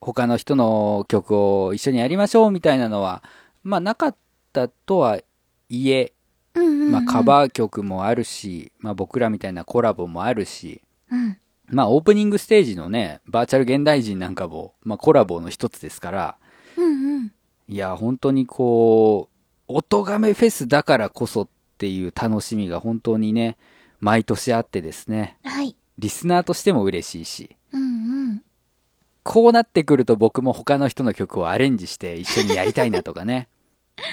[SPEAKER 1] 他の人の曲を一緒にやりましょうみたいなのは、まあなかったとはいえ、
[SPEAKER 2] うんうん、うん。
[SPEAKER 1] まあカバー曲もあるし、まあ僕らみたいなコラボもあるし、
[SPEAKER 2] うん。
[SPEAKER 1] まあオープニングステージのね、バーチャル現代人なんかも、まあコラボの一つですから、
[SPEAKER 2] うんうん。
[SPEAKER 1] いや、本当にこう、音亀フェスだからこそっていう楽しみが本当にね、毎年あってですね、
[SPEAKER 2] はい。
[SPEAKER 1] リスナーとしても嬉しいし、
[SPEAKER 2] うん
[SPEAKER 1] こうなってくると僕も他の人の曲をアレンジして一緒にやりたいなとかね。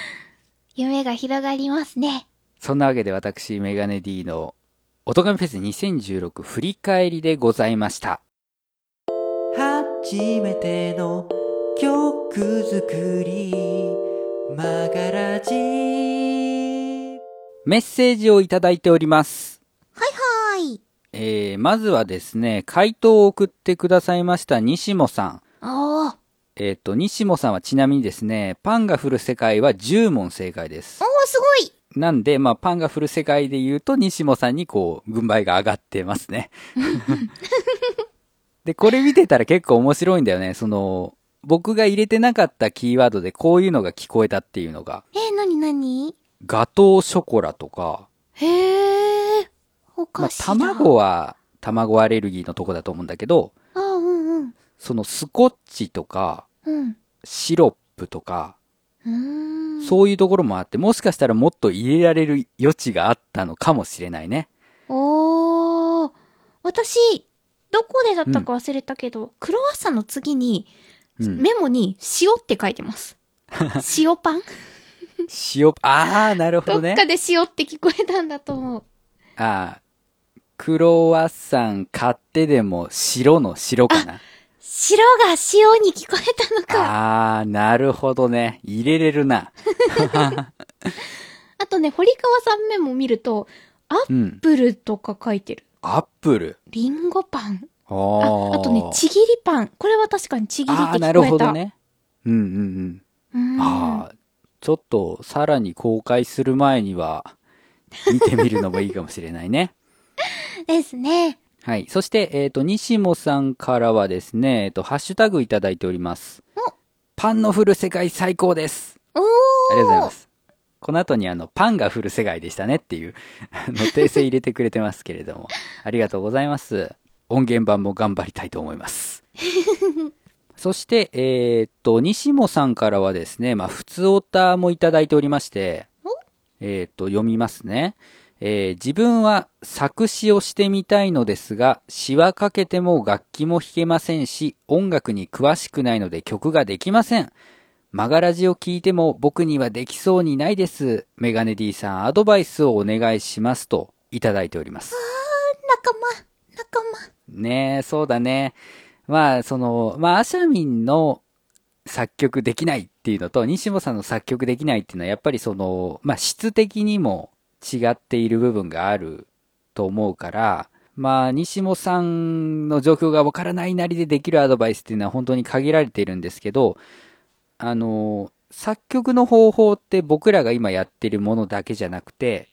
[SPEAKER 2] 夢が広がりますね。
[SPEAKER 1] そんなわけで私、メガネ D のおとがめフェス2016振り返りでございました。
[SPEAKER 3] 初めての曲作りマガラジ
[SPEAKER 1] メッセージをいただいております。
[SPEAKER 2] はい。
[SPEAKER 1] えー、まずはですね、回答を送ってくださいました西もさん。
[SPEAKER 2] おー。
[SPEAKER 1] えっ、と、西もさんはちなみにですね、パンが降る世界は10問正解です
[SPEAKER 2] お。ー、すごい
[SPEAKER 1] なんで、まあ、パンが降る世界で言うと、西もさんにこう、軍配が上がってます ね。で、これ見てたら結構面白いんだよね。その、僕が入れてなかったキーワードでこういうのが聞こえたっていうのが、
[SPEAKER 2] えー、なになに
[SPEAKER 1] ガトーショコラとか、
[SPEAKER 2] へえ。お
[SPEAKER 1] まあ
[SPEAKER 2] かしい。
[SPEAKER 1] 卵は卵アレルギーのとこだと思うんだけど、
[SPEAKER 2] あ、うんうん。
[SPEAKER 1] そのスコッチとか、
[SPEAKER 2] うん。
[SPEAKER 1] シロップとか、
[SPEAKER 2] うーん。
[SPEAKER 1] そういうところもあって、もしかしたらもっと入れられる余地があったのかもしれないね。
[SPEAKER 2] おー。私、どこでだったか忘れたけど、クロワッサンの次に、
[SPEAKER 1] うん。
[SPEAKER 2] メモに塩って書い てます。塩パン、
[SPEAKER 1] 塩、あー、なるほ
[SPEAKER 2] ど
[SPEAKER 1] ど
[SPEAKER 2] っ
[SPEAKER 1] ね。
[SPEAKER 2] かで塩って聞こえたんだと思う。
[SPEAKER 1] ああ、クロワッサン買ってでも白の白かな。
[SPEAKER 2] 白が塩に聞こえたのか。あ
[SPEAKER 1] ああー、なるほどね。入れれるな。
[SPEAKER 2] とね、堀川さんメモ見ると、
[SPEAKER 1] うん。
[SPEAKER 2] プルとか書いてる。
[SPEAKER 1] アップル。
[SPEAKER 2] リンゴパン。
[SPEAKER 1] あ
[SPEAKER 2] あ、
[SPEAKER 1] ー
[SPEAKER 2] あとね、ちぎりパン。これは確かにちぎりって聞
[SPEAKER 1] あ
[SPEAKER 2] こえ
[SPEAKER 1] ー
[SPEAKER 2] た。
[SPEAKER 1] なるほど。ね。うんうんう
[SPEAKER 2] う。
[SPEAKER 1] んん。ああ、ちょっとさらに公開する前には、見てみるのもいいかもしれないね。
[SPEAKER 2] ですね。
[SPEAKER 1] はい。そして、えっ、と、西もさんからはですね、えっ、と、ハッシュタグいただいております
[SPEAKER 2] お。
[SPEAKER 1] パンの降る世界最高です。
[SPEAKER 2] おー
[SPEAKER 1] ありがとうございます。この後にあの、パンが降る世界でしたねっていう、あの、訂正入れてくれてますけれども、ありがとうございます。音源版も頑張りたいと思います。そして、えーっと、西もさんからはですね、まあ、普通オタもいただいておりまして、えーっと、読みますね。えー自分は作詞をしてみたいのですが、詞はかけても楽器も弾けませんし、音楽に詳しくないので曲ができません。マガラジを聞いても僕にはできそうにないです。メガネ D さん、アドバイスをお願いしますといただいております。
[SPEAKER 2] 仲間、仲間。
[SPEAKER 1] ねえ、そうだね。まあ、その、まあ、アシャミンの作曲できないっていうのと、西本さんの作曲できないっていうのは、やっぱりその、まあ、質的にも違っている部分があると思うから、まあ、西本さんの状況がわからないなりでできるアドバイスっていうのは本当に限られているんですけど、あの、作曲の方法って僕らが今やってるものだけじゃなくて、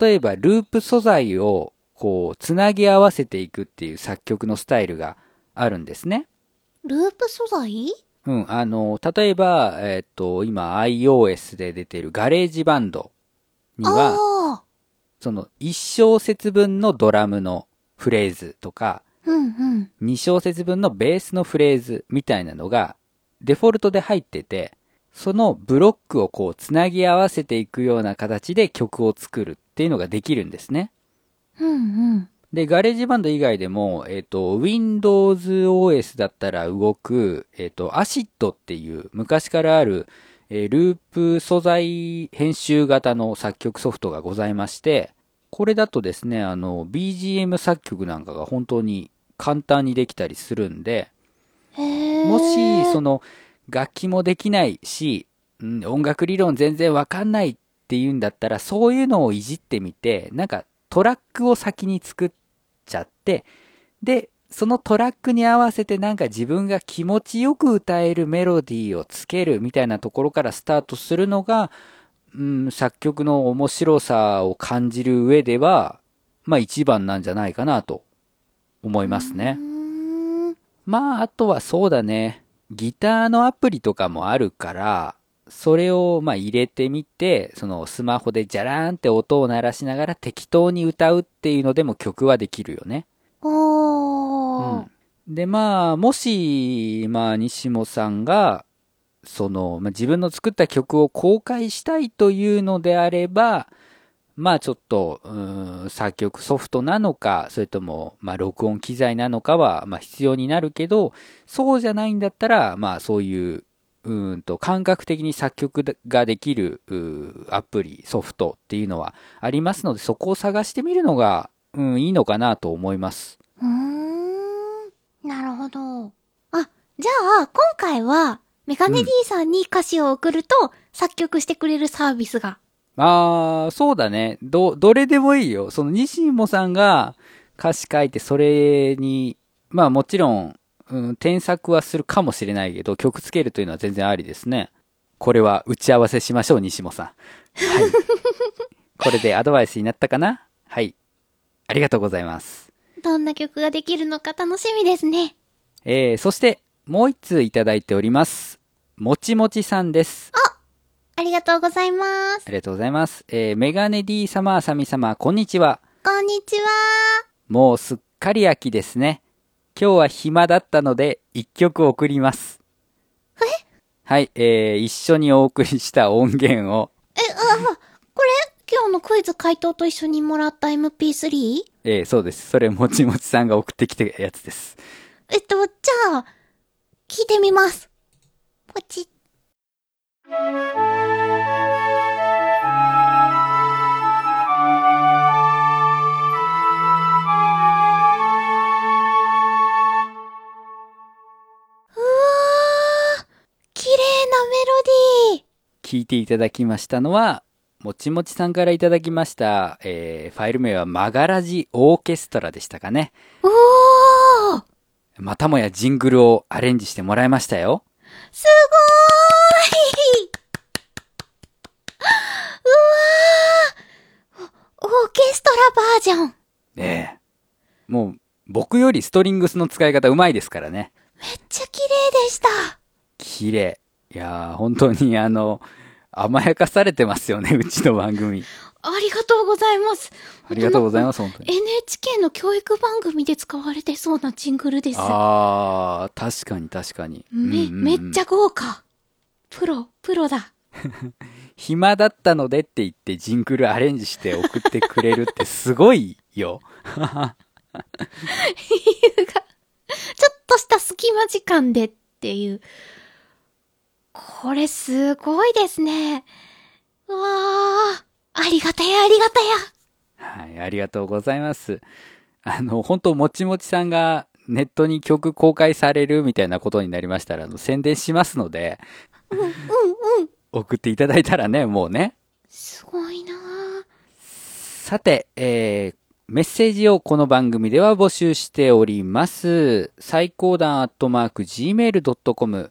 [SPEAKER 1] 例えばループ素材をこう、つなぎ合わせていくっていう作曲のスタイルがあるんですね。
[SPEAKER 2] ループ素材
[SPEAKER 1] うん、あの、例えば、えっ、と、今 iOS で出てるガレージバンドには、
[SPEAKER 2] ああ。
[SPEAKER 1] その1小節分のドラムのフレーズとか、
[SPEAKER 2] うんうん。
[SPEAKER 1] 2小節分のベースのフレーズみたいなのがデフォルトで入ってて、そのブロックをこうつなぎ合わせていくような形で曲を作るっていうのができるんですね。
[SPEAKER 2] うんうん。
[SPEAKER 1] で、ガレージバンド以外でも、えっ、と、Windows OS だったら動く、えっ、と、ACID っていう昔からある、えーループ素材編集型の作曲ソフトがございまして、これだとですね、あの、BGM 作曲なんかが本当に簡単にできたりするんで、
[SPEAKER 2] へえ。
[SPEAKER 1] もし、そ
[SPEAKER 2] の、
[SPEAKER 1] の、楽器もできないし、うん音楽理論全然わかんないっていうんだったら、そういうのをいじってみて、なんかトラックを先に作っちゃって、で、そのトラックに合わせてなんか自分が気持ちよく歌えるメロディーをつけるみたいなところからスタートするのが、うん、作曲の面白さを感じる上では、まあ一番なんじゃないかなと思いますね。
[SPEAKER 2] うーん。
[SPEAKER 1] まあ、あとはそうだね。ギターのアプリとかもあるから、それをまあ入れてみて、そのスマホでジャラーンって音を鳴らしながら適当に歌うっていうのでも曲はできるよね。
[SPEAKER 2] おー。
[SPEAKER 1] で、まあ、もし、まあ、西本さんが、その、まあ、自分の作った曲を公開したいというのであれば、まあちょっと、うーん作曲ソフトなのか、それとも、まあ録音機材なのかは、まあ必要になるけど、そうじゃないんだったら、まあそういう、うーんと感覚的に作曲ができるうーアプリ、ソフトっていうのはありますので、そこを探してみるのが、うん、いいのかなと思います。
[SPEAKER 4] うーん。なるほど。あ、じゃあ、今回は、メガネ D さんに歌詞を送ると、作曲してくれるサービスが。
[SPEAKER 1] ああ、そうだね。ど、どれでもいいよ。その西本さんが歌詞書いて、それに、まあもちろん、うん、添削はするかもしれないけど、曲つけるというのは全然ありですね。これは打ち合わせしましょう、西本さん。はい。これでアドバイスになったかなはい。ありがとうございます。
[SPEAKER 4] どんな曲ができるのか楽しみですね。
[SPEAKER 1] えー、そして、もう一通いただいております。もちもちさんです。
[SPEAKER 4] ありがとうございます。
[SPEAKER 1] ありがとうございます。えー、メガネ D 様、あさみ様、こんにちは。
[SPEAKER 4] こんにちは。
[SPEAKER 1] もうすっかり秋ですね。今日は暇だったので、一曲送ります。はい、えー、一緒にお送りした音源を、
[SPEAKER 4] これ、今日のクイズ回答と一緒にもらった MP3?
[SPEAKER 1] えー、そうです。それ、もちもちさんが送ってきたやつです。
[SPEAKER 4] えっと、じゃあ、聞いてみます。ポチッ。うわー、綺麗なメロディー。
[SPEAKER 1] 聞いていただきましたのは、もちもちさんからいただきました、えー、ファイル名はマガラジオーケストラでしたかね。
[SPEAKER 4] おー
[SPEAKER 1] またもやジングルをアレンジしてもらいましたよ。
[SPEAKER 4] すごーいうわーオオーケストラバージョン
[SPEAKER 1] ええもう、僕よりストリングスの使い方うまいですからね。
[SPEAKER 4] めっちゃ綺麗でした
[SPEAKER 1] 綺麗。いやー、本当にあの、甘やかされてますよね、うちの番組。
[SPEAKER 2] ありがとうございます。。
[SPEAKER 1] ありがとうございますす、本当に。
[SPEAKER 2] NHK の教育番組で使われてそうなジングルです。
[SPEAKER 1] あー、確かに確かに。う
[SPEAKER 2] め、
[SPEAKER 1] んうんうん
[SPEAKER 2] めっちゃ豪華。プロ、プロだ。
[SPEAKER 1] 暇だったのでって言ってジングルアレンジして送ってくれるって すごいよ。
[SPEAKER 2] 理由が、ちょっとした隙間時間でっていう。これすごいですね。
[SPEAKER 4] うわーありがたやありがたや
[SPEAKER 1] はい、ありがとうございます。あの、本当もちもちさんがネットに曲公開されるみたいなことになりましたら、あの宣伝しますので、
[SPEAKER 4] うんうん
[SPEAKER 1] 送っていただいたらね、もうね。
[SPEAKER 4] すごいなー
[SPEAKER 1] さて、えーメッセージをこの番組では募集しております。最高段アットマーク gmail.com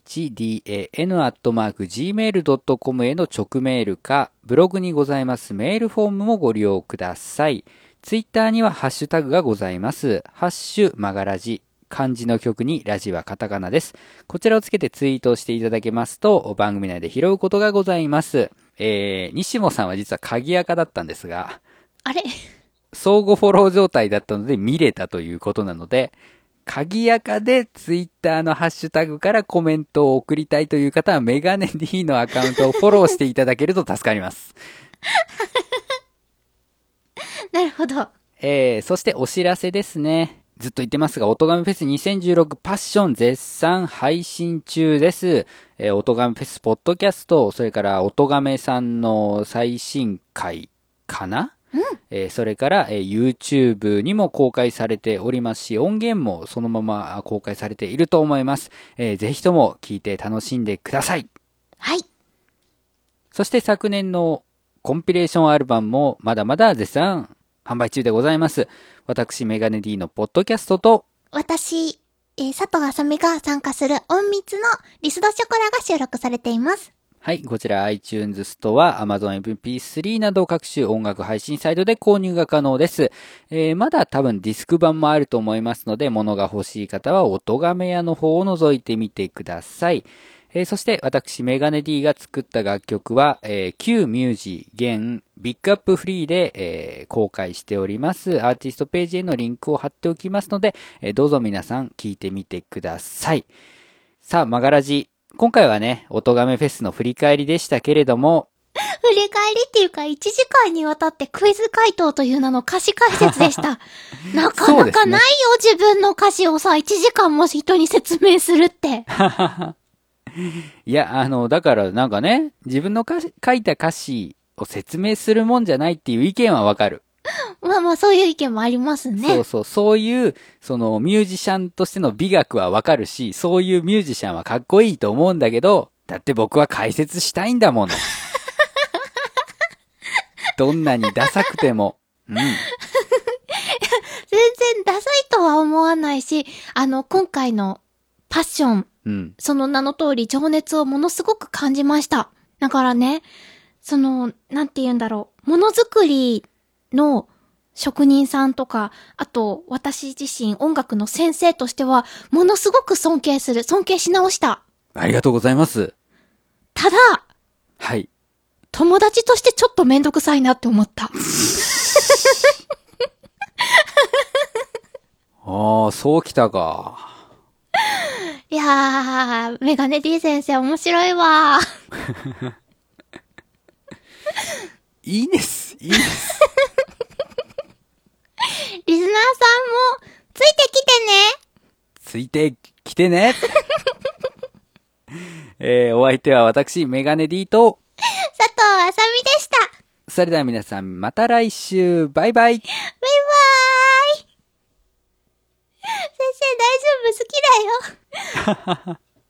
[SPEAKER 1] saikohdan アットマーク gmail.com への直メールか、ブログにございますメールフォームもご利用ください。ツイッターにはハッシュタグがございます。ハッシュマガラジ。漢字の曲にラジはカタカナです。こちらをつけてツイートをしていただけますと、番組内で拾うことがございます。えー、西本さんは実は鍵垢だったんですが、
[SPEAKER 2] あれ
[SPEAKER 1] 相互フォロー状態だったので見れたということなので、鍵垢でツイッターのハッシュタグからコメントを送りたいという方はメガネ D のアカウントをフォローしていただけると助かります。
[SPEAKER 4] なるほど。
[SPEAKER 1] えー、そしてお知らせですね。ずっと言ってますが、おとがめフェス2016パッション絶賛配信中です。えー、おとがめフェスポッドキャスト、それからおとがめさんの最新回かなえーそれから、えー YouTube にも公開されておりますし、音源もそのままあ公開されていると思います。えーぜひとも聞いて楽しんでください。
[SPEAKER 4] はい。
[SPEAKER 1] そして昨年のコンピレーションアルバムもまだまだ絶賛販売中でございます。私、メガネ D のポッドキャストと、
[SPEAKER 4] 私、えー佐藤あさみが参加する音密のリスドショコラが収録されています。
[SPEAKER 1] はい、こちら iTunes ストア、Amazon MP3 など各種音楽配信サイトで購入が可能です。えーまだ多分ディスク版もあると思いますので、物が欲しい方は音亀屋の方を覗いてみてください。えーそして私、メガネ D が作った楽曲は、えー、Q ミュージ現ビッグアップフリーで、えー公開しております。アーティストページへのリンクを貼っておきますので、えーどうぞ皆さん聞いてみてください。さあ、マガラジ。今回はね、おとがめフェスの振り返りでしたけれども、
[SPEAKER 2] 振り返りっていうか、1時間にわたってクイズ回答という名の歌詞解説 でした。なか
[SPEAKER 1] そう
[SPEAKER 2] な
[SPEAKER 1] で
[SPEAKER 2] か
[SPEAKER 1] すね
[SPEAKER 2] ないよ、自分の歌詞をさ、1時間も人に説明する って。
[SPEAKER 1] いや、あの、だからなんかね、自分の歌詞書いた歌詞を説明するもんじゃないっていう意見はわかる。
[SPEAKER 2] まあまあ、そういう意見もあります
[SPEAKER 1] そ
[SPEAKER 2] ね
[SPEAKER 1] う。そう、そういう、そのミュージシャンとしての美学はわかるし、そういうミュージシャンはかっこいいと思うんだけど、だって僕は解説したいんだもの。どんなにダサくても。うん。
[SPEAKER 2] 全然ダサいとは思わないし、あの、今回のパッション、
[SPEAKER 1] うん。
[SPEAKER 2] その名の通り情熱をものすごく感じました。だからね、その、なんて言うんだろう、ものづくりの職人さんとか、あと私自身音楽の先生としては、ものすごく尊敬する、尊敬し直した。
[SPEAKER 1] ありがとうございます。
[SPEAKER 2] ただ、
[SPEAKER 1] はい。
[SPEAKER 2] 友達としてちょっとめんどくさいなって思った。
[SPEAKER 1] ああ、そうきたか。
[SPEAKER 2] いやー、メガネ D 先生面白いわー。
[SPEAKER 1] いいです。いいです。
[SPEAKER 2] リスナーさんも、ついてきてね
[SPEAKER 1] ついてきてね。えー、お相手は私、メガネ D と、
[SPEAKER 2] 佐藤あさみでしたバイ
[SPEAKER 1] それでは皆さん、また来週、バイバイ。
[SPEAKER 2] バーイ先生大丈夫好きだよ